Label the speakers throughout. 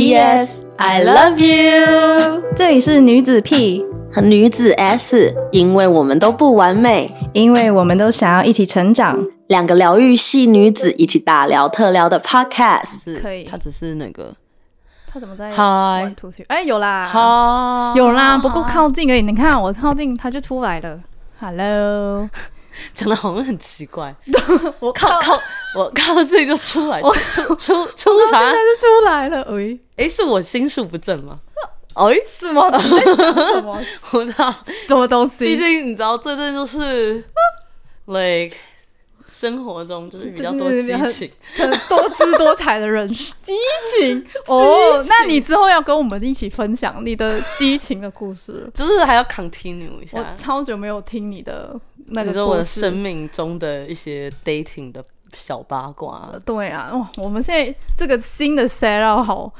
Speaker 1: P.S. I love you。
Speaker 2: 这里是女子 P，
Speaker 3: 和女子 S，因为我们都不完美，
Speaker 2: 因为我们都想要一起成长。
Speaker 3: 两个疗愈系女子一起大聊特聊的 Podcast。
Speaker 1: 是
Speaker 2: 可以
Speaker 1: 他只是那个
Speaker 2: 他怎么在
Speaker 1: Hi
Speaker 2: 吐吐？哎，有啦，
Speaker 1: 哈，
Speaker 2: 有啦，不够靠近而已。你看我靠近，他就出来了。Hello，
Speaker 1: 讲的好像很奇 怪。我靠靠，我靠 这里就出来
Speaker 2: 我
Speaker 1: 出出出
Speaker 2: 他
Speaker 1: 啥
Speaker 2: 现在？就出来了。喂，
Speaker 1: 哎，是我心术不正 吗？哎，
Speaker 2: 什么？你在想什 么？
Speaker 1: 我知道，
Speaker 2: 什么东
Speaker 1: 毕
Speaker 2: 西？
Speaker 1: 竟你知道，这阵就是 like 生活中就是比较多
Speaker 2: 对对
Speaker 1: 激
Speaker 2: 对很
Speaker 1: 情。
Speaker 2: 这多姿多彩的人，激 情哦。那你之后要跟我们一起分享你的激情的故事 了。
Speaker 1: 就是还要 continue 一下。
Speaker 2: 我超久没有听你的那
Speaker 1: 啊你
Speaker 2: 个
Speaker 1: 说我
Speaker 2: 故
Speaker 1: 的
Speaker 2: 事
Speaker 1: 生命中的一些 dating 的小八卦
Speaker 2: 呃，对啊，哇，我们现在这个新的 set up 好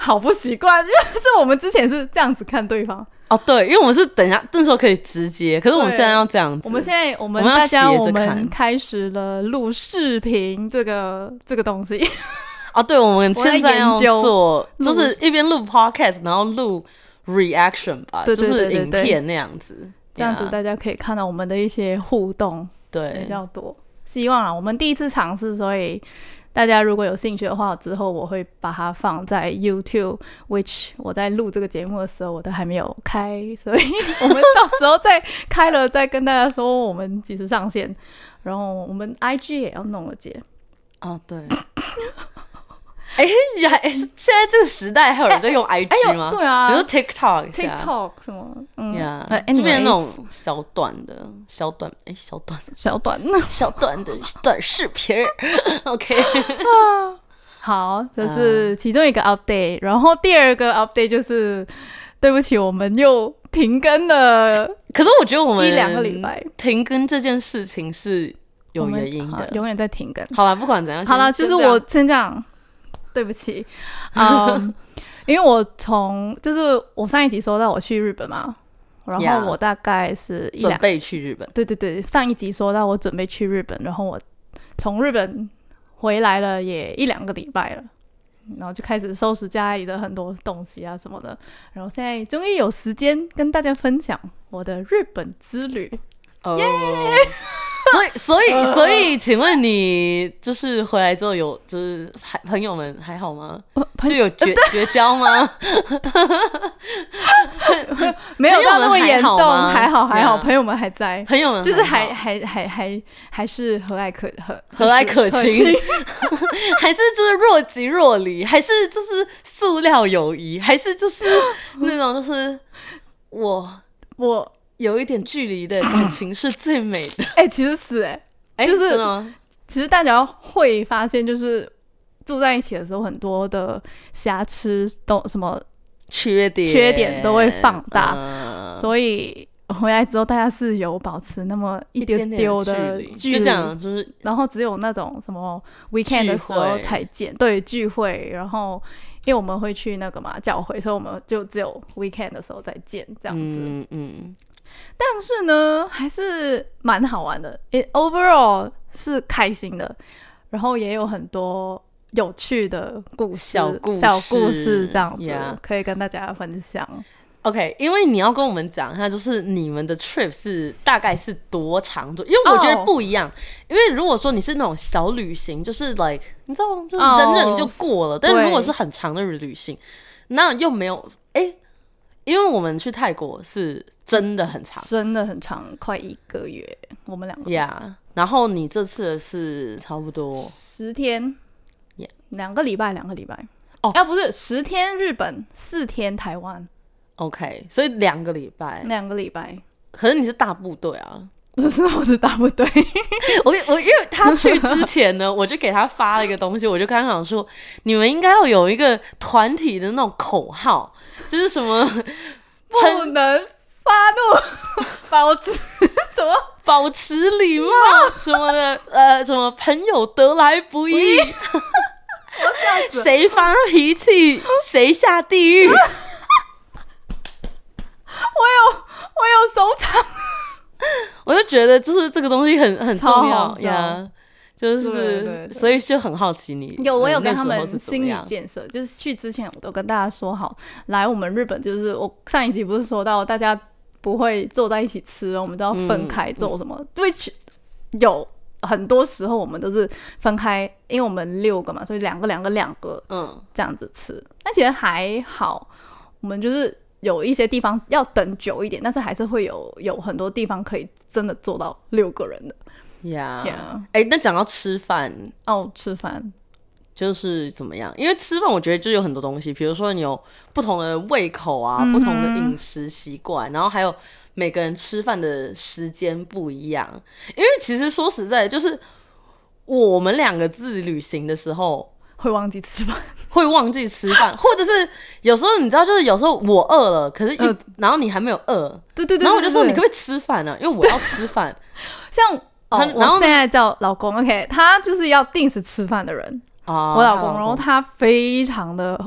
Speaker 2: 好不习惯， 就是我们之前是这样子看对方，
Speaker 1: 哦，对，因为我们是等一下那时候可以直接，可是我们
Speaker 2: 对
Speaker 1: 现在要这样子。
Speaker 2: 我们现在我们
Speaker 1: 我们要
Speaker 2: 大家
Speaker 1: 斜着
Speaker 2: 我们
Speaker 1: 看
Speaker 2: 开始了录视频这个这个东西，
Speaker 1: 哦，对，我们现在要
Speaker 2: 我在研究
Speaker 1: 做，
Speaker 2: 录
Speaker 1: 就是一边录 podcast，然后录 reaction 吧，
Speaker 2: 对对
Speaker 1: 就是
Speaker 2: 对对
Speaker 1: 影
Speaker 2: 对
Speaker 1: 片那样子。
Speaker 2: 这样子
Speaker 1: Yeah，
Speaker 2: 大家可以看到我们的一些互动比
Speaker 1: 对，
Speaker 2: 较多。希望啊，我们第一次尝试，所以大家如果有兴趣的话，之后我会把它放在 YouTube，which 我在录这个节目的时候我都还没有开，所以我们到时候再开了再跟大家说我们几时上线。然后我们 IG 也要弄了姐，
Speaker 1: 哦，对。 哎，呀，哎，是现在这个时代还有人在用
Speaker 2: 哎
Speaker 1: IG
Speaker 2: 呦
Speaker 1: 吗？
Speaker 2: 对啊
Speaker 1: 你说 TikTok 一下
Speaker 2: TikTok 什么，嗯
Speaker 1: 呀
Speaker 2: 呃，
Speaker 1: 就变
Speaker 2: anyways，
Speaker 1: 成那种小短的、小短，哎，小短
Speaker 2: 小短。
Speaker 1: 小短的短视频儿 ，OK，
Speaker 2: 好，这
Speaker 1: 嗯
Speaker 2: 是其中一个 update，然后第二个 update 就是，对不起，我们又停更了。
Speaker 1: 可是我觉得我们
Speaker 2: 一两个礼拜
Speaker 1: 停更这件事情是
Speaker 2: 我
Speaker 1: 有
Speaker 2: 们
Speaker 1: 原因
Speaker 2: 好
Speaker 1: 的。
Speaker 2: 永远在停更。
Speaker 1: 好啦，不管怎样，
Speaker 2: 好了，就
Speaker 1: 先
Speaker 2: 是
Speaker 1: 先这样
Speaker 2: 我先这样，对不起， 嗯，因为我从就是我上一集说到我去日本嘛，然
Speaker 1: Yeah
Speaker 2: 后我大概是一
Speaker 1: 准
Speaker 2: 两
Speaker 1: 备去日本。
Speaker 2: 对对对，上一集说到我准备去日本，然后我从日本回来了也一两个礼拜了，然后就开始收拾家里的很多东西啊什么的，然后现在终于有时间跟大家分享我的日本之旅。
Speaker 1: 哦、所以，所以， 所以，请问你就是回来之后有就是还朋友们还好吗？
Speaker 2: 呃朋
Speaker 1: 就有绝绝交吗？
Speaker 2: 没有
Speaker 1: 朋友
Speaker 2: 到
Speaker 1: 们
Speaker 2: 那么严重，
Speaker 1: 还好
Speaker 2: 还好
Speaker 1: 吗
Speaker 2: 还好，
Speaker 1: Yeah
Speaker 2: 朋友们还在，
Speaker 1: 朋友 们
Speaker 2: 就是
Speaker 1: 还
Speaker 2: 还
Speaker 1: 嗯
Speaker 2: 还
Speaker 1: 好
Speaker 2: 还还还是和蔼可和
Speaker 1: 和蔼可亲
Speaker 2: 就是
Speaker 1: 还是就是若即若离，还是就是塑料友谊，还是就是那种就是我
Speaker 2: 我
Speaker 1: 有一点距离的感情是最美 的。
Speaker 2: 哎、其实是哎、
Speaker 1: 哎、
Speaker 2: 就是
Speaker 1: 真的吗？
Speaker 2: 其实大家会发现，就是住在一起的时候，很多的瑕疵都什么，
Speaker 1: 缺点
Speaker 2: 缺点都会放大
Speaker 1: 嗯
Speaker 2: 所以回来之后，大家是有保持那么一丢
Speaker 1: 点点
Speaker 2: 丢
Speaker 1: 的
Speaker 2: 的
Speaker 1: 距离
Speaker 2: 距
Speaker 1: 就
Speaker 2: 离
Speaker 1: 这，样，就是
Speaker 2: 然后只有那种什么 weekend
Speaker 1: 聚
Speaker 2: 的时候
Speaker 1: 会
Speaker 2: 才见，对聚会，然后因为我们会去那个嘛教会，所以我们就只有 weekend 的时候再见这样子。
Speaker 1: 嗯嗯，
Speaker 2: 但是呢，还是蛮好玩的。It overall 是开心的，然后也有很多有趣的故事、
Speaker 1: 小故事
Speaker 2: 小故事这样子
Speaker 1: Yeah
Speaker 2: 可以跟大家分享。
Speaker 1: OK，因为你要跟我们讲一下，就是你们的 trip 是大概是多长度？因为我觉得
Speaker 2: 哦
Speaker 1: 不一样。因为如果说你是那种小旅行，就是 like 你知道吗？就是
Speaker 2: 哦
Speaker 1: 忍忍就过了。但
Speaker 2: 对
Speaker 1: 如果是很长的旅行，那又没有哎、因为我们去泰国是真的很长
Speaker 2: 真的很长，快一个月，我们两个
Speaker 1: 呀。Yeah，然后你这次的是差不多
Speaker 2: 十天
Speaker 1: Yeah，
Speaker 2: 两个礼拜，两个礼拜。
Speaker 1: 哦
Speaker 2: 啊，不是十天日本，四天台湾，
Speaker 1: OK，所以两个礼拜。
Speaker 2: 两个礼拜。
Speaker 1: 可是你是大部队啊，
Speaker 2: 可是我的答不对，
Speaker 1: 我跟我因为他去之前呢，我就给他发了一个东西，我就跟他讲说，你们应该要有一个团体的那种口号，就是什么
Speaker 2: 不能发怒， 保持什么？
Speaker 1: 保持礼貌什么的，呃，什么朋友得来不易， 谁发脾气谁下地 狱，
Speaker 2: 我有我有手掌。
Speaker 1: 我就觉得就是这个东西很很
Speaker 2: 超
Speaker 1: 重要
Speaker 2: 好笑
Speaker 1: 呀。就
Speaker 2: 对对
Speaker 1: 是
Speaker 2: 对
Speaker 1: 所以就很好奇你
Speaker 2: 有，我有跟他
Speaker 1: 嗯那时候
Speaker 2: 们
Speaker 1: 是怎
Speaker 2: 心
Speaker 1: 么
Speaker 2: 理
Speaker 1: 样
Speaker 2: 建设，就是去之前我都跟大家说好，来我们日本就是我上一集不是说到大家不会坐在一起吃，我们都要
Speaker 1: 嗯
Speaker 2: 分开做什么，对、有很多时候我们都是分开，因为我们六个嘛，所以两个两个两个
Speaker 1: 嗯
Speaker 2: 这样子吃，但其实还好，我们就是有一些地方要等久一点，但是还是会有有很多地方可以真的做到六个人的。
Speaker 1: 呀
Speaker 2: Yeah，
Speaker 1: 哎，那讲到吃饭
Speaker 2: 哦，吃饭
Speaker 1: 就是怎么样？因为吃饭我觉得就有很多东西，比如说你有不同的胃口啊，
Speaker 2: 嗯
Speaker 1: 不同的饮食习惯，然后还有每个人吃饭的时间不一样。因为其实说实在的，就是我们两个自旅行的时候，
Speaker 2: 会忘记吃饭，
Speaker 1: 会忘记吃饭，或者是有时候你知道，就是有时候我饿了，可是一、
Speaker 2: 呃
Speaker 1: 然后你还没有饿，
Speaker 2: 对对对
Speaker 1: 然后我就说你
Speaker 2: 对对
Speaker 1: 可不可以吃饭呢、因为我要吃 饭。
Speaker 2: 像哦
Speaker 1: 他，
Speaker 2: 我
Speaker 1: 然后呢
Speaker 2: 现在叫老公，OK，他就是要定时吃饭的人，
Speaker 1: 啊，
Speaker 2: 我老
Speaker 1: 她
Speaker 2: 公，然后他非常的，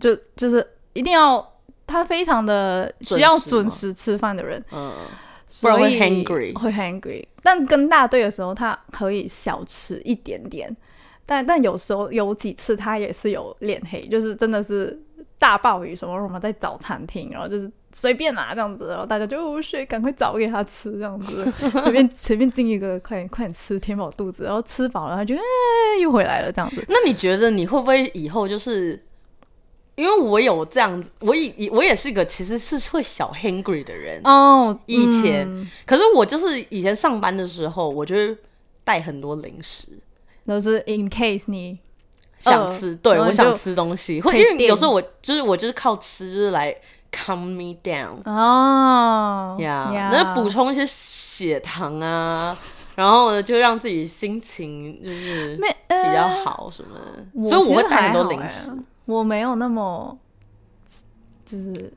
Speaker 2: 就就是一定要他非常的需要
Speaker 1: 准时吗
Speaker 2: 准时吃饭的人，
Speaker 1: 嗯，不
Speaker 2: 所
Speaker 1: 然会
Speaker 2: 以
Speaker 1: hangry
Speaker 2: 会 hungry。但跟大队的时候，他可以小吃一点点，但但有时候有几次他也是有脸黑，就是真的是大暴雨什么什么在找餐厅，然后就是随便拿这样子，然后大家就哦谁赶快找给他吃这样子， 随便随便进一个，快点快点吃，填饱肚子，然后吃饱了他就哎又回来了这样子。
Speaker 1: 那你觉得你会不会以后就是？因为我有这样子，我以我也是个其实是会小 hungry 的人，
Speaker 2: 哦，
Speaker 1: 以前
Speaker 2: 嗯
Speaker 1: 可是我就是以前上班的时候，我就会带很多零食，
Speaker 2: 都是 in case 你
Speaker 1: 想吃，
Speaker 2: 嗯
Speaker 1: 对
Speaker 2: 然后
Speaker 1: 我
Speaker 2: 你就
Speaker 1: 想吃东西，或
Speaker 2: 可
Speaker 1: 因
Speaker 2: 以
Speaker 1: 为有
Speaker 2: 定
Speaker 1: 时候我就是我就是靠吃就是来 calm me down，
Speaker 2: 哦
Speaker 1: 呀，
Speaker 2: 呀
Speaker 1: 那补充一些血糖啊， 然后呢就让自己心情就是
Speaker 2: 没
Speaker 1: 比较
Speaker 2: 呃
Speaker 1: 好什么的，
Speaker 2: 我
Speaker 1: 所以
Speaker 2: 其
Speaker 1: 我会
Speaker 2: 实
Speaker 1: 带
Speaker 2: 还
Speaker 1: 很多
Speaker 2: 好
Speaker 1: 零
Speaker 2: 欸
Speaker 1: 食。
Speaker 2: 我没有那么，就是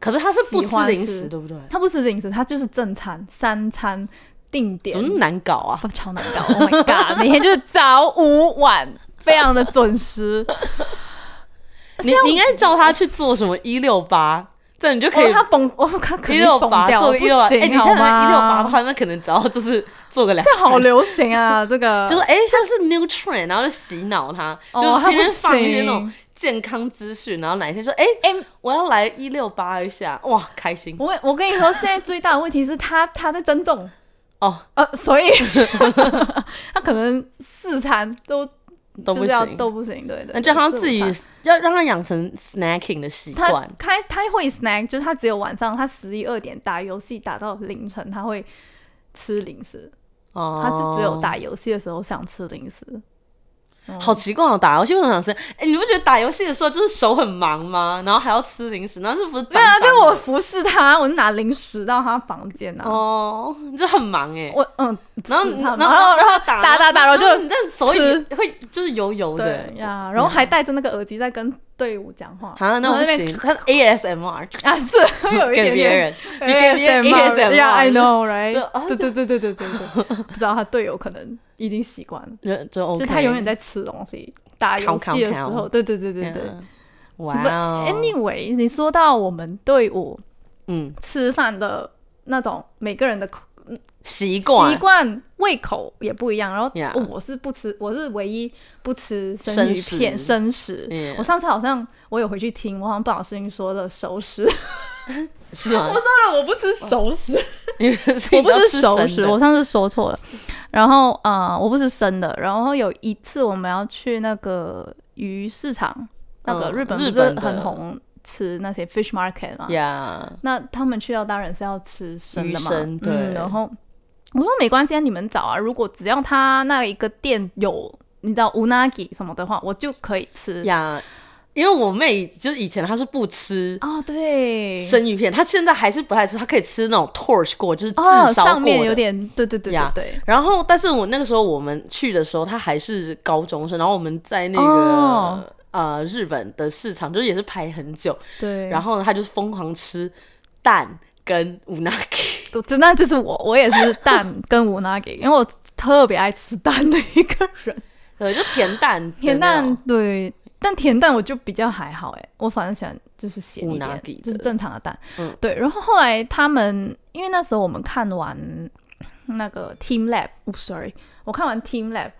Speaker 1: 可是他是不
Speaker 2: 喜
Speaker 1: 吃
Speaker 2: 欢
Speaker 1: 零
Speaker 2: 吃
Speaker 1: 食，对不对？
Speaker 2: 他不吃零食，他就是正餐三餐定点
Speaker 1: 怎，么那么难搞啊？
Speaker 2: 不超难搞。Oh my god！每天就是早午晚，非常的准 时。啊
Speaker 1: 你你应该叫他去做什么一六八，这样你就可
Speaker 2: 哦，
Speaker 1: 以
Speaker 2: 他崩，哦，他肯
Speaker 1: 一
Speaker 2: 定
Speaker 1: 六
Speaker 2: 疯
Speaker 1: 八
Speaker 2: 掉
Speaker 1: 做
Speaker 2: 了，
Speaker 1: 个
Speaker 2: 不
Speaker 1: 一六八。哎，你
Speaker 2: 行好
Speaker 1: 现在一六八的
Speaker 2: 吗？
Speaker 1: 话，那可能只要就是做个两
Speaker 2: 这好
Speaker 1: 餐。
Speaker 2: 流行啊，这个
Speaker 1: 就是哎，像是 new trend，然后就洗脑他，
Speaker 2: 哦
Speaker 1: 就
Speaker 2: 他
Speaker 1: 天天
Speaker 2: 不
Speaker 1: 放一些那种
Speaker 2: 行
Speaker 1: 健康资讯，然后哪一天说哎
Speaker 2: 哎
Speaker 1: 我要来一六八一下，哇，开心
Speaker 2: 我我跟你说，现在最大的问题是他他在增重，
Speaker 1: 哦，
Speaker 2: 呃，所以 他可能四餐都
Speaker 1: 都不
Speaker 2: 就是要
Speaker 1: 行，
Speaker 2: 都不行，对对
Speaker 1: 那
Speaker 2: 对
Speaker 1: 叫他
Speaker 2: 四五
Speaker 1: 自己
Speaker 2: 餐
Speaker 1: 要让他养成 snacking 的习
Speaker 2: 他
Speaker 1: 惯。
Speaker 2: 开他会 snack，就是他只有晚上，他十一二点打游戏打到凌晨，他会吃零食。
Speaker 1: 哦，
Speaker 2: 他是只有打游戏的时候想吃零食。嗯
Speaker 1: 好奇怪哦，打游戏为什么想吃？哎、你不觉得打游戏的时候就是手很忙吗？然后还要吃零食，那是不是脏
Speaker 2: 对啊，
Speaker 1: 脏的？
Speaker 2: 就我服侍他，我就拿零食到他房间啊。
Speaker 1: 哦，你就很忙哎、
Speaker 2: 我嗯，
Speaker 1: 然后
Speaker 2: 吃
Speaker 1: 你
Speaker 2: 他
Speaker 1: 然后
Speaker 2: 然后然后
Speaker 1: 打
Speaker 2: 打打打然后就
Speaker 1: 你这手也会就是油油的
Speaker 2: 对。呀，然后还戴着那个耳机在跟队伍讲话。
Speaker 1: 啊，嗯那
Speaker 2: 然后
Speaker 1: 我不
Speaker 2: 边
Speaker 1: 行，他 ASMR
Speaker 2: 啊，是 会有一
Speaker 1: 给
Speaker 2: 点
Speaker 1: 别
Speaker 2: 点
Speaker 1: 人，你给别人 ASMR，
Speaker 2: yeah, I know,
Speaker 1: 对啊
Speaker 2: right？对对对对对对 对，不知道他队友可能已经习惯了。
Speaker 1: 就就 OK，
Speaker 2: 就他永远在吃东西，打游戏的时
Speaker 1: Count, count, count
Speaker 2: 候，对对对对对。
Speaker 1: 嗯
Speaker 2: 不
Speaker 1: 哇哦
Speaker 2: Anyway，你说到我们队伍
Speaker 1: 嗯，
Speaker 2: 吃饭的那种每个人的口
Speaker 1: 习惯
Speaker 2: 习惯、胃口也不一样。然后哦
Speaker 1: Yeah
Speaker 2: 我是不吃，我是唯一不吃
Speaker 1: 生
Speaker 2: 生鱼片、
Speaker 1: 食
Speaker 2: 生食。
Speaker 1: Yeah
Speaker 2: 我上次好像我有回去听，我好像不小心说了熟 食，
Speaker 1: 是吗
Speaker 2: 我？说了我不吃
Speaker 1: 哦
Speaker 2: 熟食。
Speaker 1: 因为
Speaker 2: 我不
Speaker 1: 是
Speaker 2: 是熟食，我上次说错了。然后呃，我不是生的。然后有一次我们要去那个鱼市场，那个
Speaker 1: 嗯
Speaker 2: 日本
Speaker 1: 日
Speaker 2: 不
Speaker 1: 本
Speaker 2: 是
Speaker 1: 的
Speaker 2: 很红吃那些 fish market 嘛
Speaker 1: 呀
Speaker 2: 那他们去到当然是要吃生的嘛
Speaker 1: 鱼生，对
Speaker 2: 嗯，然后我说没关系啊，你们找啊，如果只要他那一个店有。你知道 unagi 什么的话，我就可以吃。
Speaker 1: 呀，因为我妹就是以前她是不吃
Speaker 2: 哦，对，
Speaker 1: 生鱼片，她现在还是不太吃，她可以吃那种 torch 过，就是
Speaker 2: 哦，
Speaker 1: 炙烧
Speaker 2: 上
Speaker 1: 过
Speaker 2: 面
Speaker 1: 的。
Speaker 2: 有点，对对对对
Speaker 1: 呀
Speaker 2: 对，
Speaker 1: 然后，但是我那个时候我们去的时候，她还是高中生，然后我们在那个、
Speaker 2: 哦
Speaker 1: 呃日本的市场，就是也是排很久，
Speaker 2: 对。
Speaker 1: 然后呢，她就疯狂吃蛋跟 unagi，
Speaker 2: 都真的就是我，我也是蛋跟无拿给，因为我特别爱吃蛋的一个人。
Speaker 1: 对，就甜蛋的
Speaker 2: 甜
Speaker 1: 那
Speaker 2: 蛋
Speaker 1: 种
Speaker 2: 对，但甜蛋我就比较还好哎，我反正喜欢就是咸一
Speaker 1: Unagi
Speaker 2: 点，
Speaker 1: 的
Speaker 2: 就是正常的蛋。
Speaker 1: 嗯
Speaker 2: 对。然后后来他们，因为那时候我们看完，那个 Team Lab，哦，sorry，我看完 Team Lab，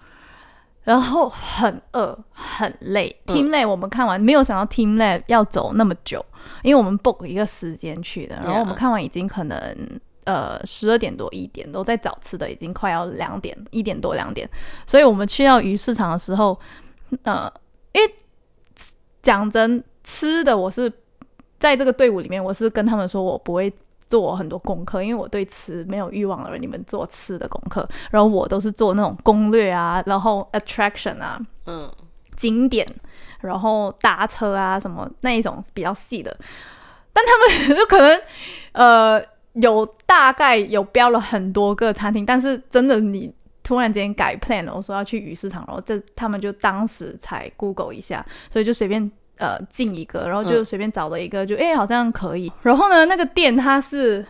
Speaker 2: 然后很饿很累。Team Lab 我们看完，没有想到 Team Lab 要走那么久，因为我们 book 一个时间去的，然后我们
Speaker 1: Yeah
Speaker 2: 看完已经可能。呃，十二点多一点都在找吃的，已经快要两点一点多两点，所以我们去到鱼市场的时候，呃，因为讲真，吃的我是在这个队伍里面，我是跟他们说我不会做很多功课，因为我对吃没有欲望了。你们做吃的功课，然后我都是做那种攻略啊，然后 attraction 啊，
Speaker 1: 嗯，
Speaker 2: 景点，然后搭车啊什么那一种比较细的，但他们 就可能呃有大概有标了很多个餐厅，但是真的你突然间改 plan 了，我说要去鱼市场，然后这他们就当时才 Google 一下，所以就随便。呃，进一个，然后就随便找了一个，就哎、好像可以。然后呢，那个店它是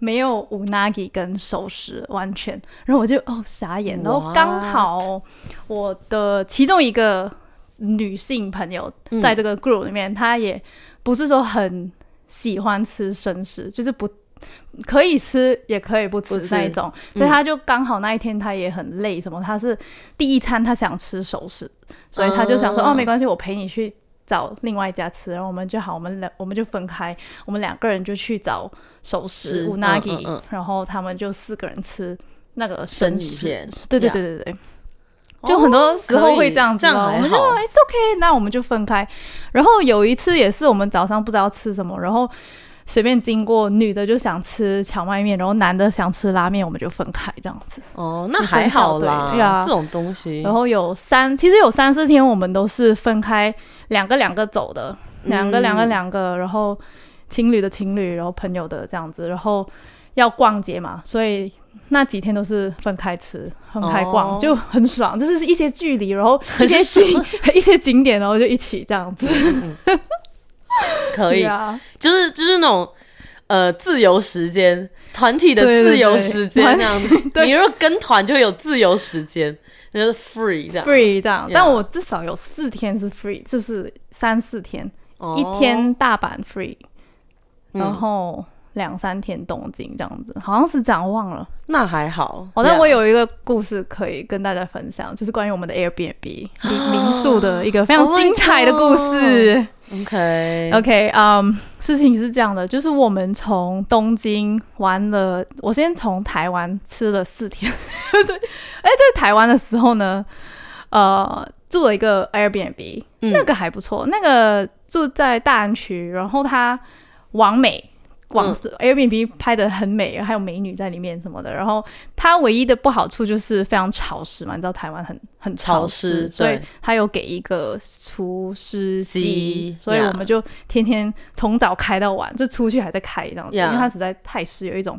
Speaker 2: 没有 unagi 跟熟食，完全。然后我就哦傻眼，然后刚
Speaker 1: What？
Speaker 2: 好我的其中一个女性朋友
Speaker 1: 嗯
Speaker 2: 在这个 group 里面，她也不是说很喜欢吃生食，就是不可以吃也可以不吃
Speaker 1: 不吃嗯
Speaker 2: 那一种，所以她就刚好那一天她也很累，什么她是第一餐她想吃熟食，所以她就想说、
Speaker 1: 啊
Speaker 2: 哦没关系，我陪你去。找另外一家吃，然后我们就好，我们两我们就分开，我们两个人就去找熟食
Speaker 1: 是
Speaker 2: unagi，、
Speaker 1: 嗯嗯嗯
Speaker 2: 然后他们就四个人吃那个
Speaker 1: 生
Speaker 2: 生
Speaker 1: 鱼
Speaker 2: 食，
Speaker 1: 片，
Speaker 2: 对对
Speaker 1: Yeah
Speaker 2: 对对对，就很多时
Speaker 1: 可
Speaker 2: 候
Speaker 1: 以
Speaker 2: 会这样子
Speaker 1: 这
Speaker 2: 哦、
Speaker 1: 样还
Speaker 2: 我们就
Speaker 1: 好
Speaker 2: "Oh, it's OK，那我们就分开。然后有一次也是我们早上不知道吃什么，然后随便经过，女的就想吃荞麦面，然后男的想吃拉面，我们就分开这样子。
Speaker 1: 哦，那还好啦，
Speaker 2: 对啊
Speaker 1: 这种东西，
Speaker 2: 然后有三，其实有三四天我们都是分开两个两个走的，
Speaker 1: 嗯
Speaker 2: 两个两个两个，然后情侣的情侣，然后朋友的这样子，然后要逛街嘛，所以那几天都是分开吃，分开逛，
Speaker 1: 哦
Speaker 2: 就很爽。就是一些距离，然 后一
Speaker 1: 很
Speaker 2: 些
Speaker 1: 爽
Speaker 2: 景 一些景点，然后就一起这样子。
Speaker 1: 可以，
Speaker 2: 啊，
Speaker 1: 就是就是那种呃自由时间，团体的
Speaker 2: 对对
Speaker 1: 自由
Speaker 2: 对
Speaker 1: 时间
Speaker 2: 团
Speaker 1: 那样 子。
Speaker 2: 对
Speaker 1: 你如果跟团就会有自由时间，就是 free 这样
Speaker 2: free 这样
Speaker 1: Yeah
Speaker 2: 但我至少有四天是 free，就是三四天，
Speaker 1: 哦
Speaker 2: 一天哦大阪 free，、
Speaker 1: 嗯
Speaker 2: 然后两三天东京这样子，好像是这样，忘了。
Speaker 1: 那还好。
Speaker 2: 哦，但我
Speaker 1: Yeah
Speaker 2: 有一个故事可以跟大家分享，就是关于我们的 Airbnb 民民宿的一个非常
Speaker 1: Oh my
Speaker 2: 精彩的故事。
Speaker 1: OK
Speaker 2: OK，嗯、 事情是这样的，就是我们从东京玩了，我先从台湾吃了四天。 对，哎，在台湾的时候呢，呃，住了一个 Airbnb，、
Speaker 1: 嗯
Speaker 2: 那个还不错，那个住在大安区，然后它完美。网
Speaker 1: 嗯
Speaker 2: 是 Airbnb 拍的很美，还有美女在里面什么的。然后它唯一的不好处就是非常潮湿嘛，你知道台湾很很潮
Speaker 1: 潮湿对
Speaker 2: 所以它有给一个除湿机
Speaker 1: 机，
Speaker 2: 所以我
Speaker 1: yeah
Speaker 2: 们就天天从早开到晚，就出去还在开这样子
Speaker 1: Yeah
Speaker 2: 因为它实在太湿，有一种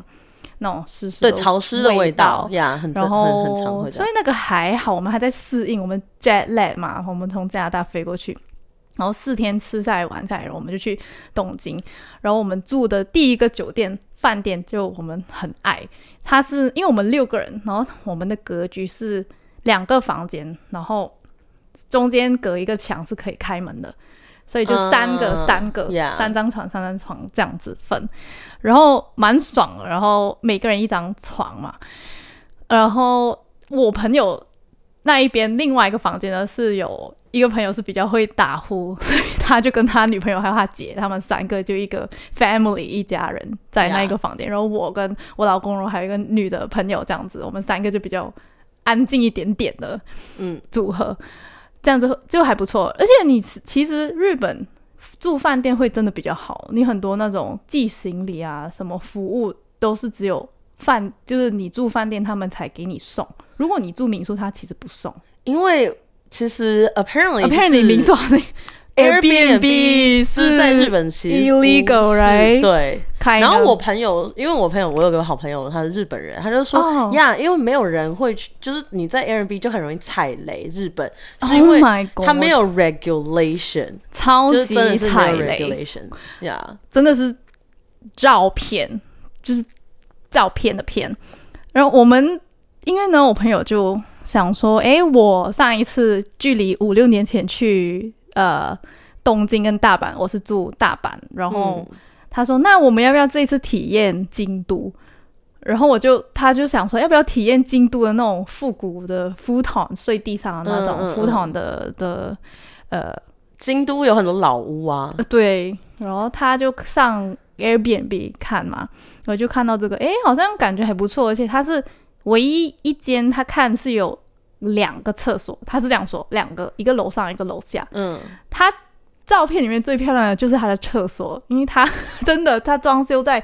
Speaker 2: 那种湿湿
Speaker 1: 对
Speaker 2: 的
Speaker 1: 潮湿的味
Speaker 2: 味
Speaker 1: 道呀，很
Speaker 2: 然
Speaker 1: 正
Speaker 2: 后
Speaker 1: 很很常会这
Speaker 2: 所
Speaker 1: 样
Speaker 2: 以。那个还好，我们还在适应，我们 jet lag 嘛，我们从加拿大飞过去。然后四天吃下来玩下来，然后我们就去东京。然后我们住的第一个酒店饭店就我们很爱，它是因为我们六个人，然后我们的格局是两个房间，然后中间隔一个墙是可以开门的，所以就三个、
Speaker 1: 嗯
Speaker 2: 三个
Speaker 1: yeah
Speaker 2: 三张床三张床这样子分，然后蛮爽的，然后每个人一张床嘛，然后我朋友那一边另外一个房间呢是有一个朋友是比较会打呼，所以他就跟他女朋友还有他姐他们三个就一个 family 一家人在那一个房间然后我跟我老公，然后还有一个女的朋友这样子，我们三个就比较安静一点点的
Speaker 1: 嗯
Speaker 2: 组合，这样子就还不错。而且你其其实日本住饭店会真的比较好，你很多那种寄行李啊，什么服务都是只有饭，就是你住饭店他们才给你送。如果你住民宿，他其实不送。
Speaker 1: 因为其实 apparently 嗯就是
Speaker 2: apparently 民宿好像
Speaker 1: Airbnb
Speaker 2: 是
Speaker 1: 是在日本其实不
Speaker 2: illegal，
Speaker 1: 是
Speaker 2: right？
Speaker 1: 对，
Speaker 2: 开的，
Speaker 1: 然后我朋友，因为我朋友，我有个好朋友，他是日本人，他就说
Speaker 2: 哦
Speaker 1: 呀因为没有人会去，就是你在 Airbnb 就很容易踩雷，日本是因
Speaker 2: Oh
Speaker 1: 为
Speaker 2: my God，
Speaker 1: 他没有 regulation，
Speaker 2: 超
Speaker 1: 就是
Speaker 2: 级
Speaker 1: 真的是没
Speaker 2: 踩
Speaker 1: 有
Speaker 2: 雷，
Speaker 1: regulation 呀、
Speaker 2: 真的是照片，就是照片的片。然后我们因为呢，我朋友就想说，诶，我上一次距离五六年前去呃东京跟大阪，我是住大阪，然后
Speaker 1: 嗯
Speaker 2: 他说，那我们要不要这一次体验京都？然后我就，他就想说，要不要体验京都的那种复古的 futon 睡地上的那种
Speaker 1: 嗯嗯嗯
Speaker 2: futon 的、的，呃，
Speaker 1: 京都有很多老屋啊，
Speaker 2: 对，然后他就上 Airbnb 看嘛，我就看到这个，诶，好像感觉还不错，而且它是唯一一间他看是有两个厕所，他是这样说，两个，一个楼上一个楼下。
Speaker 1: 嗯，
Speaker 2: 他照片里面最漂亮的就是他的厕所，因为他 真的他装修在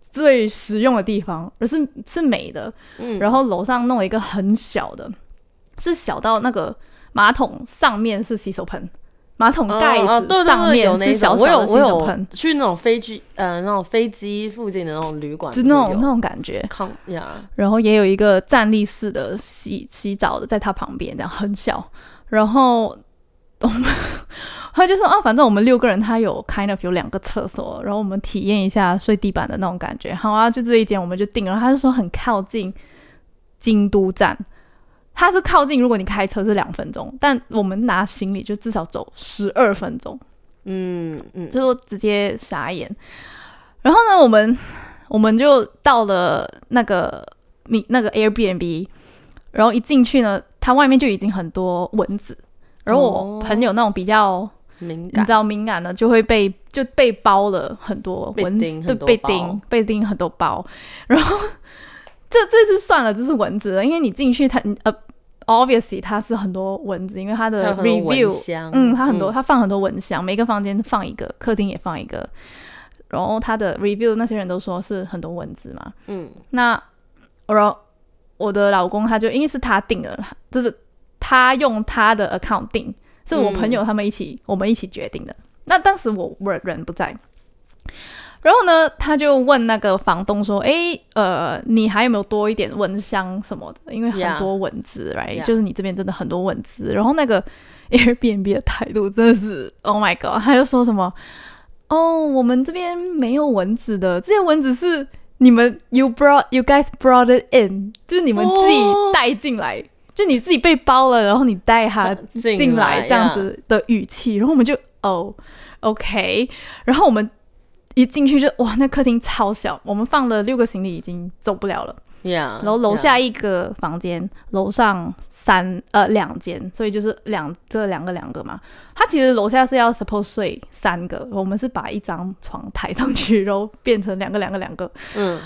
Speaker 2: 最实用的地方，而是是美的。
Speaker 1: 嗯
Speaker 2: 然后楼上弄了一个很小的，是小到那个马桶上面是洗手盆，马桶盖
Speaker 1: 哦哦
Speaker 2: 子
Speaker 1: 对对
Speaker 2: 上
Speaker 1: 对，有
Speaker 2: 面
Speaker 1: 那
Speaker 2: 是小
Speaker 1: 种，我有
Speaker 2: 小的洗
Speaker 1: 我
Speaker 2: 手
Speaker 1: 有
Speaker 2: 盆，
Speaker 1: 去那种飞机呃那种飞机附近的那种旅馆，
Speaker 2: 就那种
Speaker 1: 不是
Speaker 2: 那
Speaker 1: 有
Speaker 2: 种感觉。
Speaker 1: 康呀，
Speaker 2: 然后也有一个站立式的洗洗澡的在他旁边，这样很小。然后我们他就说啊，反正我们六个人，他有 kind of 有两个厕所，然后我们体验一下睡地板的那种感觉。好啊，就这一间我们就定了。他就说很靠近京都站，它是靠近，如果你开车是两分钟，但我们拿行李就至少走十二分钟。
Speaker 1: 嗯嗯，
Speaker 2: 就直接傻眼。然后呢，我们我们就到了那个米那个 Airbnb，然后一进去呢，它外面就已经很多蚊子。然后我
Speaker 1: 哦
Speaker 2: 朋友那种比较、
Speaker 1: 敏
Speaker 2: 你
Speaker 1: 感
Speaker 2: 知，道敏感的，就会被就被包了很多
Speaker 1: 被
Speaker 2: 蚊
Speaker 1: 叮
Speaker 2: 子，对，
Speaker 1: 很多
Speaker 2: 被
Speaker 1: 包
Speaker 2: 叮被叮很多包。然后 这这就算了，就是蚊子了，因为你进去它你呃，obviously 它是很多蚊子，因为它
Speaker 1: 还有
Speaker 2: 的
Speaker 1: 很多蚊
Speaker 2: review
Speaker 1: 香
Speaker 2: 嗯，它很多，它放很多蚊香，每个房间放一个，客厅也放一个。然后它的 review 那些人都说是很多蚊子嘛。
Speaker 1: 嗯
Speaker 2: 那然后我的老公他就因为是他定的，就是他用他的 account 定，是我朋友
Speaker 1: 嗯
Speaker 2: 他们一起、我们一起决定的。那当时我我人不在，然后呢，他就问那个房东说：“诶，呃，你还有没有多一点蚊香什么的？因为
Speaker 1: Yeah.
Speaker 2: 很多蚊子 r i g h t
Speaker 1: Yeah.
Speaker 2: 就是你这边真的很多蚊子。”然后那个 Airbnb 的态度真的是 Oh my God，他就说什么：“哦，我们这边没有蚊子的，这些蚊子是你们 you brought you guys brought it in，就是你们自己
Speaker 1: 哦
Speaker 2: 带进来。”就你自己被包了，然后你带它
Speaker 1: 进
Speaker 2: 进来
Speaker 1: 来
Speaker 2: 这样
Speaker 1: 呀
Speaker 2: 子的语气，然后我们就哦，OK，然后我们一进去就哇，那客厅超小，我们放了六个行李已经走不了了，
Speaker 1: 呀，
Speaker 2: 然后楼下
Speaker 1: yeah，
Speaker 2: 一个房间，楼上三呃两间，所以就是两个两个两个嘛。他其实楼下是要 suppose 睡三个，我们是把一张床抬上去，然后变成两个两个两个，
Speaker 1: 嗯，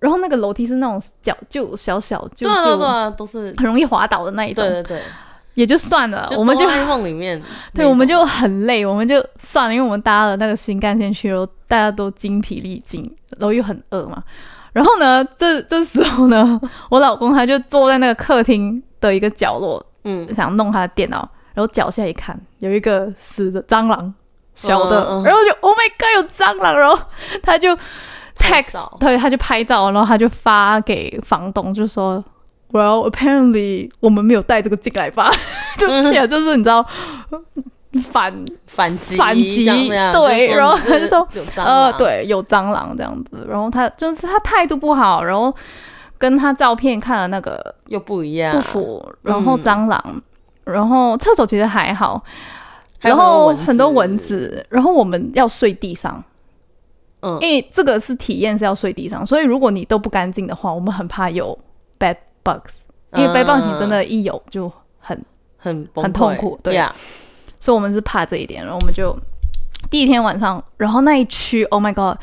Speaker 2: 然后那个楼梯是那种小旧小小旧
Speaker 1: 对啊对啊对
Speaker 2: 旧。
Speaker 1: 啊，都是
Speaker 2: 很容易滑倒的那一种
Speaker 1: 对，对对，
Speaker 2: 也就算了，我们就
Speaker 1: 哆啦 A 梦里面那种，
Speaker 2: 对，我们就很累，我们就算了，因为我们搭了那个新干线去，然后大家都精疲力尽，然后又很饿嘛。然后呢，这这时候呢，我老公他就坐在那个客厅的一个角落，
Speaker 1: 嗯
Speaker 2: 想弄他的电脑，然后脚下一看，有一个死的蟑螂，小的，
Speaker 1: 嗯嗯
Speaker 2: 然后就 Oh my God，有蟑螂，然后他就
Speaker 1: 拍
Speaker 2: text，
Speaker 1: 照
Speaker 2: 对，他就拍照，然后他就发给房东，就说，Well apparently 我们没有带这个进来吧， 就
Speaker 1: 嗯
Speaker 2: 也就是你知道反
Speaker 1: 反击
Speaker 2: 反击
Speaker 1: 像那样
Speaker 2: 对
Speaker 1: 就
Speaker 2: 然后
Speaker 1: 说
Speaker 2: 他就说
Speaker 1: 有蟑
Speaker 2: 呃
Speaker 1: 螂，
Speaker 2: 对有蟑螂这样子，然后他就是他态度不好，然后跟他照片看了那个
Speaker 1: 又不一样，
Speaker 2: 不符，然后
Speaker 1: 嗯
Speaker 2: 蟑螂，然后厕所其实还好，
Speaker 1: 还有
Speaker 2: 然后
Speaker 1: 很
Speaker 2: 很
Speaker 1: 多
Speaker 2: 多
Speaker 1: 蚊
Speaker 2: 蚊子，然后我们要睡地上，
Speaker 1: 嗯
Speaker 2: 因为这个是体验是要睡地上，所以如果你都不干净的话，我们很怕有 bad bugs，因为 bad bugs 你真
Speaker 1: 嗯
Speaker 2: 的，一有就很，
Speaker 1: 很
Speaker 2: 很痛苦对
Speaker 1: 呀，
Speaker 2: 所以我们是怕这一点，然后我们就第一天晚上，然后那一区，Oh my God，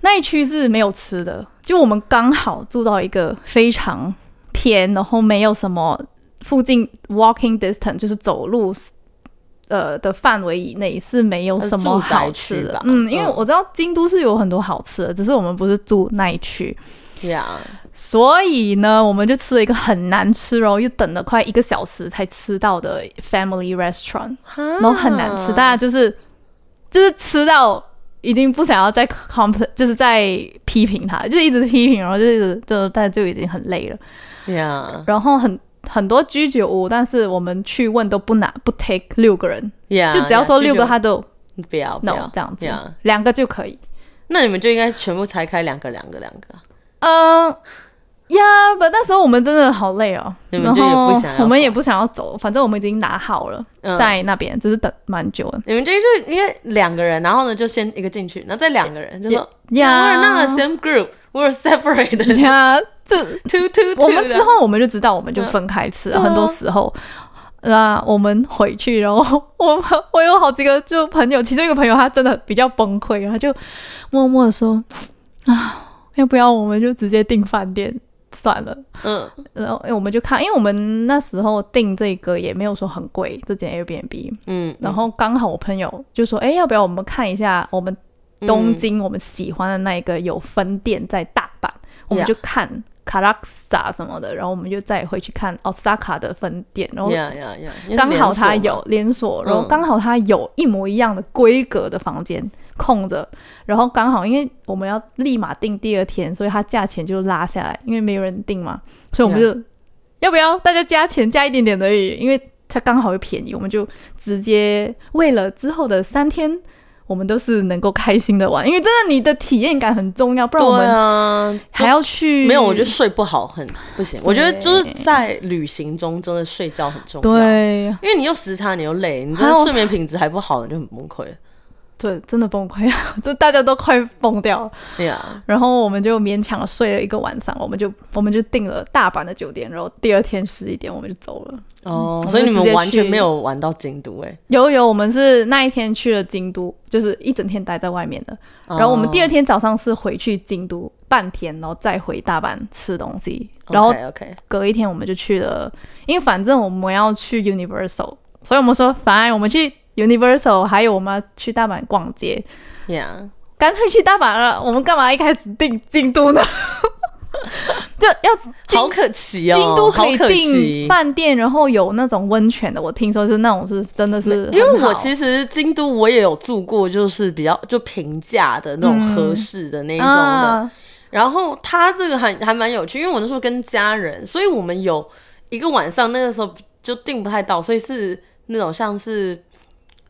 Speaker 2: 那一区是没有吃的，就我们刚好住到一个非常偏，然后没有什么附近 walking distance，就是走路。呃的范围以内是没有什么
Speaker 1: 它是住宅
Speaker 2: 好吃
Speaker 1: 区吧
Speaker 2: 的，嗯，因为
Speaker 1: 嗯
Speaker 2: 我知道京都是有很多好吃的，只是我们不是住那一区，
Speaker 1: 呀，
Speaker 2: 所以呢，我们就吃了一个很难吃，然后又等了快一个小时才吃到的 family restaurant，
Speaker 1: 然
Speaker 2: 然后很难吃，大家
Speaker 1: 啊
Speaker 2: 就是就是吃到已经不想要再 comp，就是在批评他，就一直批评，然后就一直就大家就已经很累了，
Speaker 1: 呀
Speaker 2: 然后很。很多居酒屋，但是我们去问都不拿不 take 六个人，
Speaker 1: 啊呀，
Speaker 2: 就只要说六个他都
Speaker 1: 就不要不
Speaker 2: no
Speaker 1: 要
Speaker 2: 这样子
Speaker 1: 呀，
Speaker 2: 两个就可以。
Speaker 1: 那你们就应该全部拆开两个两个两个，
Speaker 2: 嗯呀，不，那时候我们真的好累哦，
Speaker 1: 你们
Speaker 2: 然
Speaker 1: 就也
Speaker 2: 后
Speaker 1: 不想要
Speaker 2: 我们也
Speaker 1: 管
Speaker 2: 不想要走，反正我们已经拿好了，
Speaker 1: 嗯
Speaker 2: 在那边只是等蛮久的。
Speaker 1: 你们这个就应该两个人，然后呢就先一个进去，然后再两个人，就说
Speaker 2: 呀
Speaker 1: we're not a same group, we were separated
Speaker 2: 家这
Speaker 1: two two two
Speaker 2: 我们之
Speaker 1: 的
Speaker 2: 后我们就知道，我们就分开吃啊、
Speaker 1: 嗯
Speaker 2: 很多时候，那我们回去，然后 我我有好几个就朋友，其中一个朋友他真的比较崩溃，然后就默默的说 啊，要不要我们就直接订饭店算了？
Speaker 1: 嗯
Speaker 2: 然后我们就看，因为我们那时候订这个也没有说很贵，这间 Airbnb，
Speaker 1: 嗯，
Speaker 2: 然后刚好我朋友就说，哎、要不要我们看一下我们
Speaker 1: 嗯
Speaker 2: 东京我们喜欢的那一个有分店在大阪，我们
Speaker 1: Yeah
Speaker 2: 就看卡拉萨什么的，然后我们就再回去看 Osaka 的分店，然后
Speaker 1: 呀呀呀，因为是
Speaker 2: 刚好
Speaker 1: 连锁嘛
Speaker 2: 它有连锁，然后
Speaker 1: 嗯
Speaker 2: 刚好它有一模一样的规格的房间空着，然后刚好因为我们要立马订第二天，所以它价钱就拉下来，因为没有人订嘛，所以我们就要不要大家加钱加一点点而已，因为它刚好又便宜，我们就直接为了之后的三天。我们都是能够开心的玩，因为真的你的体验感很重要，不然我
Speaker 1: 对
Speaker 2: 们
Speaker 1: 啊，
Speaker 2: 还要去。
Speaker 1: 没有，我觉得睡不好很不行。我觉得就是在旅行中，真的睡觉很重要。，
Speaker 2: 对
Speaker 1: 因为你又时差，你又累，你真的
Speaker 2: 还有
Speaker 1: 睡眠品质还不好，你就很崩溃。
Speaker 2: 对，真的崩溃了，这大家都快疯掉了。
Speaker 1: 对呀，
Speaker 2: 然后我们就勉强睡了一个晚上，我们就我们就订了大阪的酒店，然后第二天十一点我们就走了。
Speaker 1: 哦，
Speaker 2: 嗯
Speaker 1: 所以你
Speaker 2: 我们直
Speaker 1: 们
Speaker 2: 接
Speaker 1: 完全
Speaker 2: 去
Speaker 1: 没有玩到京都哎。
Speaker 2: 有有，我们是那一天去了京都，就是一整天待在外面的。
Speaker 1: 哦
Speaker 2: 然后我们第二天早上是回去京都半天，然后再回大阪吃东西。然后
Speaker 1: OK，
Speaker 2: 隔一天我们就去了，因为反正我们要去 Universal，所以我们说反正我们去 Universal，还有我们要去大阪逛街，
Speaker 1: yeah，
Speaker 2: 干脆去大阪了。我们干嘛一开始订京都呢？ 就要京
Speaker 1: 好可惜哦，
Speaker 2: 京都可以
Speaker 1: 好
Speaker 2: 订
Speaker 1: 惜。
Speaker 2: 饭店，然后有那种温泉的，我听说是那种是真的是很好，
Speaker 1: 因为我其实京都我也有住过，就是比较就平价的那种合适的那一种的，
Speaker 2: 嗯啊
Speaker 1: 然后他这个还还蛮有趣，因为我那时候跟家人，所以我们有一个晚上，那个时候就订不太到，所以是那种像是